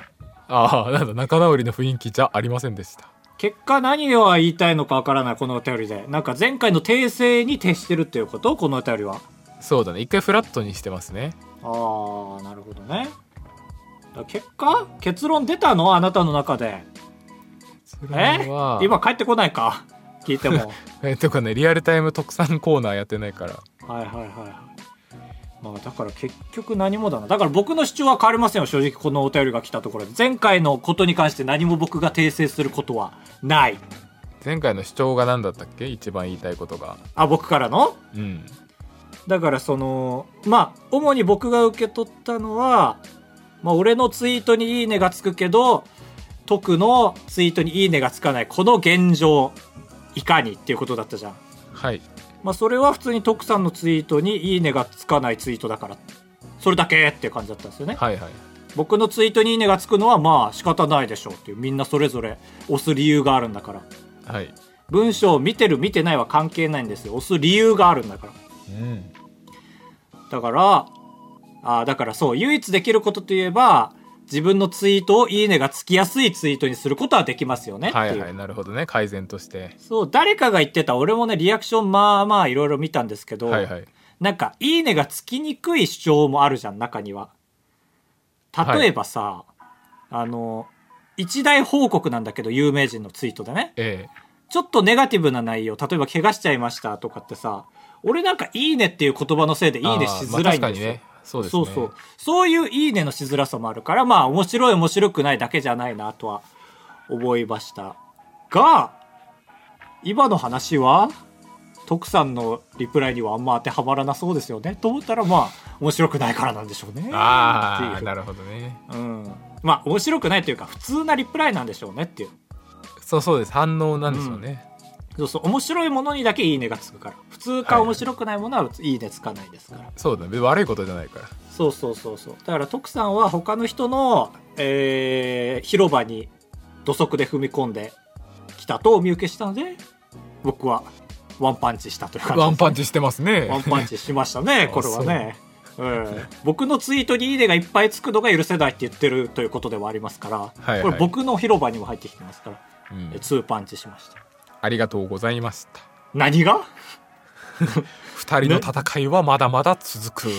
Speaker 2: ああなんだ仲直りの雰囲気じゃありませんでした
Speaker 1: 結果何を言いたいのか分からないこのお便りでなんか前回の訂正に徹してるっていうことこのお便りは
Speaker 2: そうだね一回フラットにしてますね
Speaker 1: ああなるほどねだから結果結論出たのあなたの中でえ今帰ってこないか聞いても <laughs>
Speaker 2: えとかねリアルタイム特産コーナーやってないから
Speaker 1: はいはいはいはい。まあだから結局何もだな。だから僕の主張は変わりませんよ、正直このお便りが来たところで。前回のことに関して何も僕が訂正することはない。
Speaker 2: 前回の主張が何だったっけ一番言いたいことが
Speaker 1: あ、僕からの
Speaker 2: うん
Speaker 1: だからその、まあ、主に僕が受け取ったのは、まあ俺のツイートにいいねがつくけど、徳のツイートにいいねがつかない。この現状、いかにっていうことだったじゃん。
Speaker 2: はい
Speaker 1: まあそれは普通に徳さんのツイートにいいねがつかないツイートだから。それだけっていう感じだったんですよね。
Speaker 2: はいはい
Speaker 1: 僕のツイートにいいねがつくのはまあ仕方ないでしょうっていうみんなそれぞれ押す理由があるんだから
Speaker 2: はい
Speaker 1: 文章を見てる見てないは関係ないんですよ押す理由があるんだから
Speaker 2: うん
Speaker 1: だからあーだからそう唯一できることといえば自分のツイートをいいねがつきやすいツイートにすることはできますよねって、
Speaker 2: はいいうはいなるほどね改善として
Speaker 1: そう誰かが言ってた俺もねリアクションまあまあいろいろ見たんですけど、
Speaker 2: はいはい
Speaker 1: なんか、いいねがつきにくい主張もあるじゃん、中には。例えばさ、あの、一大報告なんだけど、有名人のツイートでね。
Speaker 2: え
Speaker 1: ちょっとネガティブな内容、例えば怪我しちゃいましたとかってさ、俺なんかいいねっていう言葉のせいでい
Speaker 2: え
Speaker 1: いねしづらいん
Speaker 2: まあ
Speaker 1: で
Speaker 2: 確かに
Speaker 1: すよ。
Speaker 2: ねそうです
Speaker 1: そ
Speaker 2: ね
Speaker 1: うそう。そういういいねのしづらさもあるから、まあ面白い面白くないだけじゃないなとは思いました。が、今の話は、徳さんのリプライにはあんま当てはまらなそうですよね。と思ったらまあ面白くないからなんでしょうね。っ
Speaker 2: ああ
Speaker 1: ていう
Speaker 2: なるほどね
Speaker 1: うん。まあ面白くないというか普通なリプライなんでしょうねっていう。
Speaker 2: そうそうです反応なんでしょうね、
Speaker 1: そうそう。面白いものにだけいいねがつくから。普通
Speaker 2: はい
Speaker 1: か
Speaker 2: はい
Speaker 1: 面白くないものはいいねつかないですから。
Speaker 2: そうだね悪いことじゃないから
Speaker 1: そうそうそうそうだから徳さんは他の人の、えー広場に土足で踏み込んできたとお見受けしたので僕はワンパンチしたという感じ
Speaker 2: ワンパンチしてますね
Speaker 1: ワンパンチしました
Speaker 2: <laughs>
Speaker 1: ねこれはねうん、僕のツイートにいいねがいっぱいつくのが許せないって言ってるということではありますから、
Speaker 2: はい
Speaker 1: これ僕の広場にも入ってきてますから、
Speaker 2: うん
Speaker 1: えツーパンチしました
Speaker 2: ありがとうございました
Speaker 1: 何が
Speaker 2: 二人の戦いはまだまだ続く、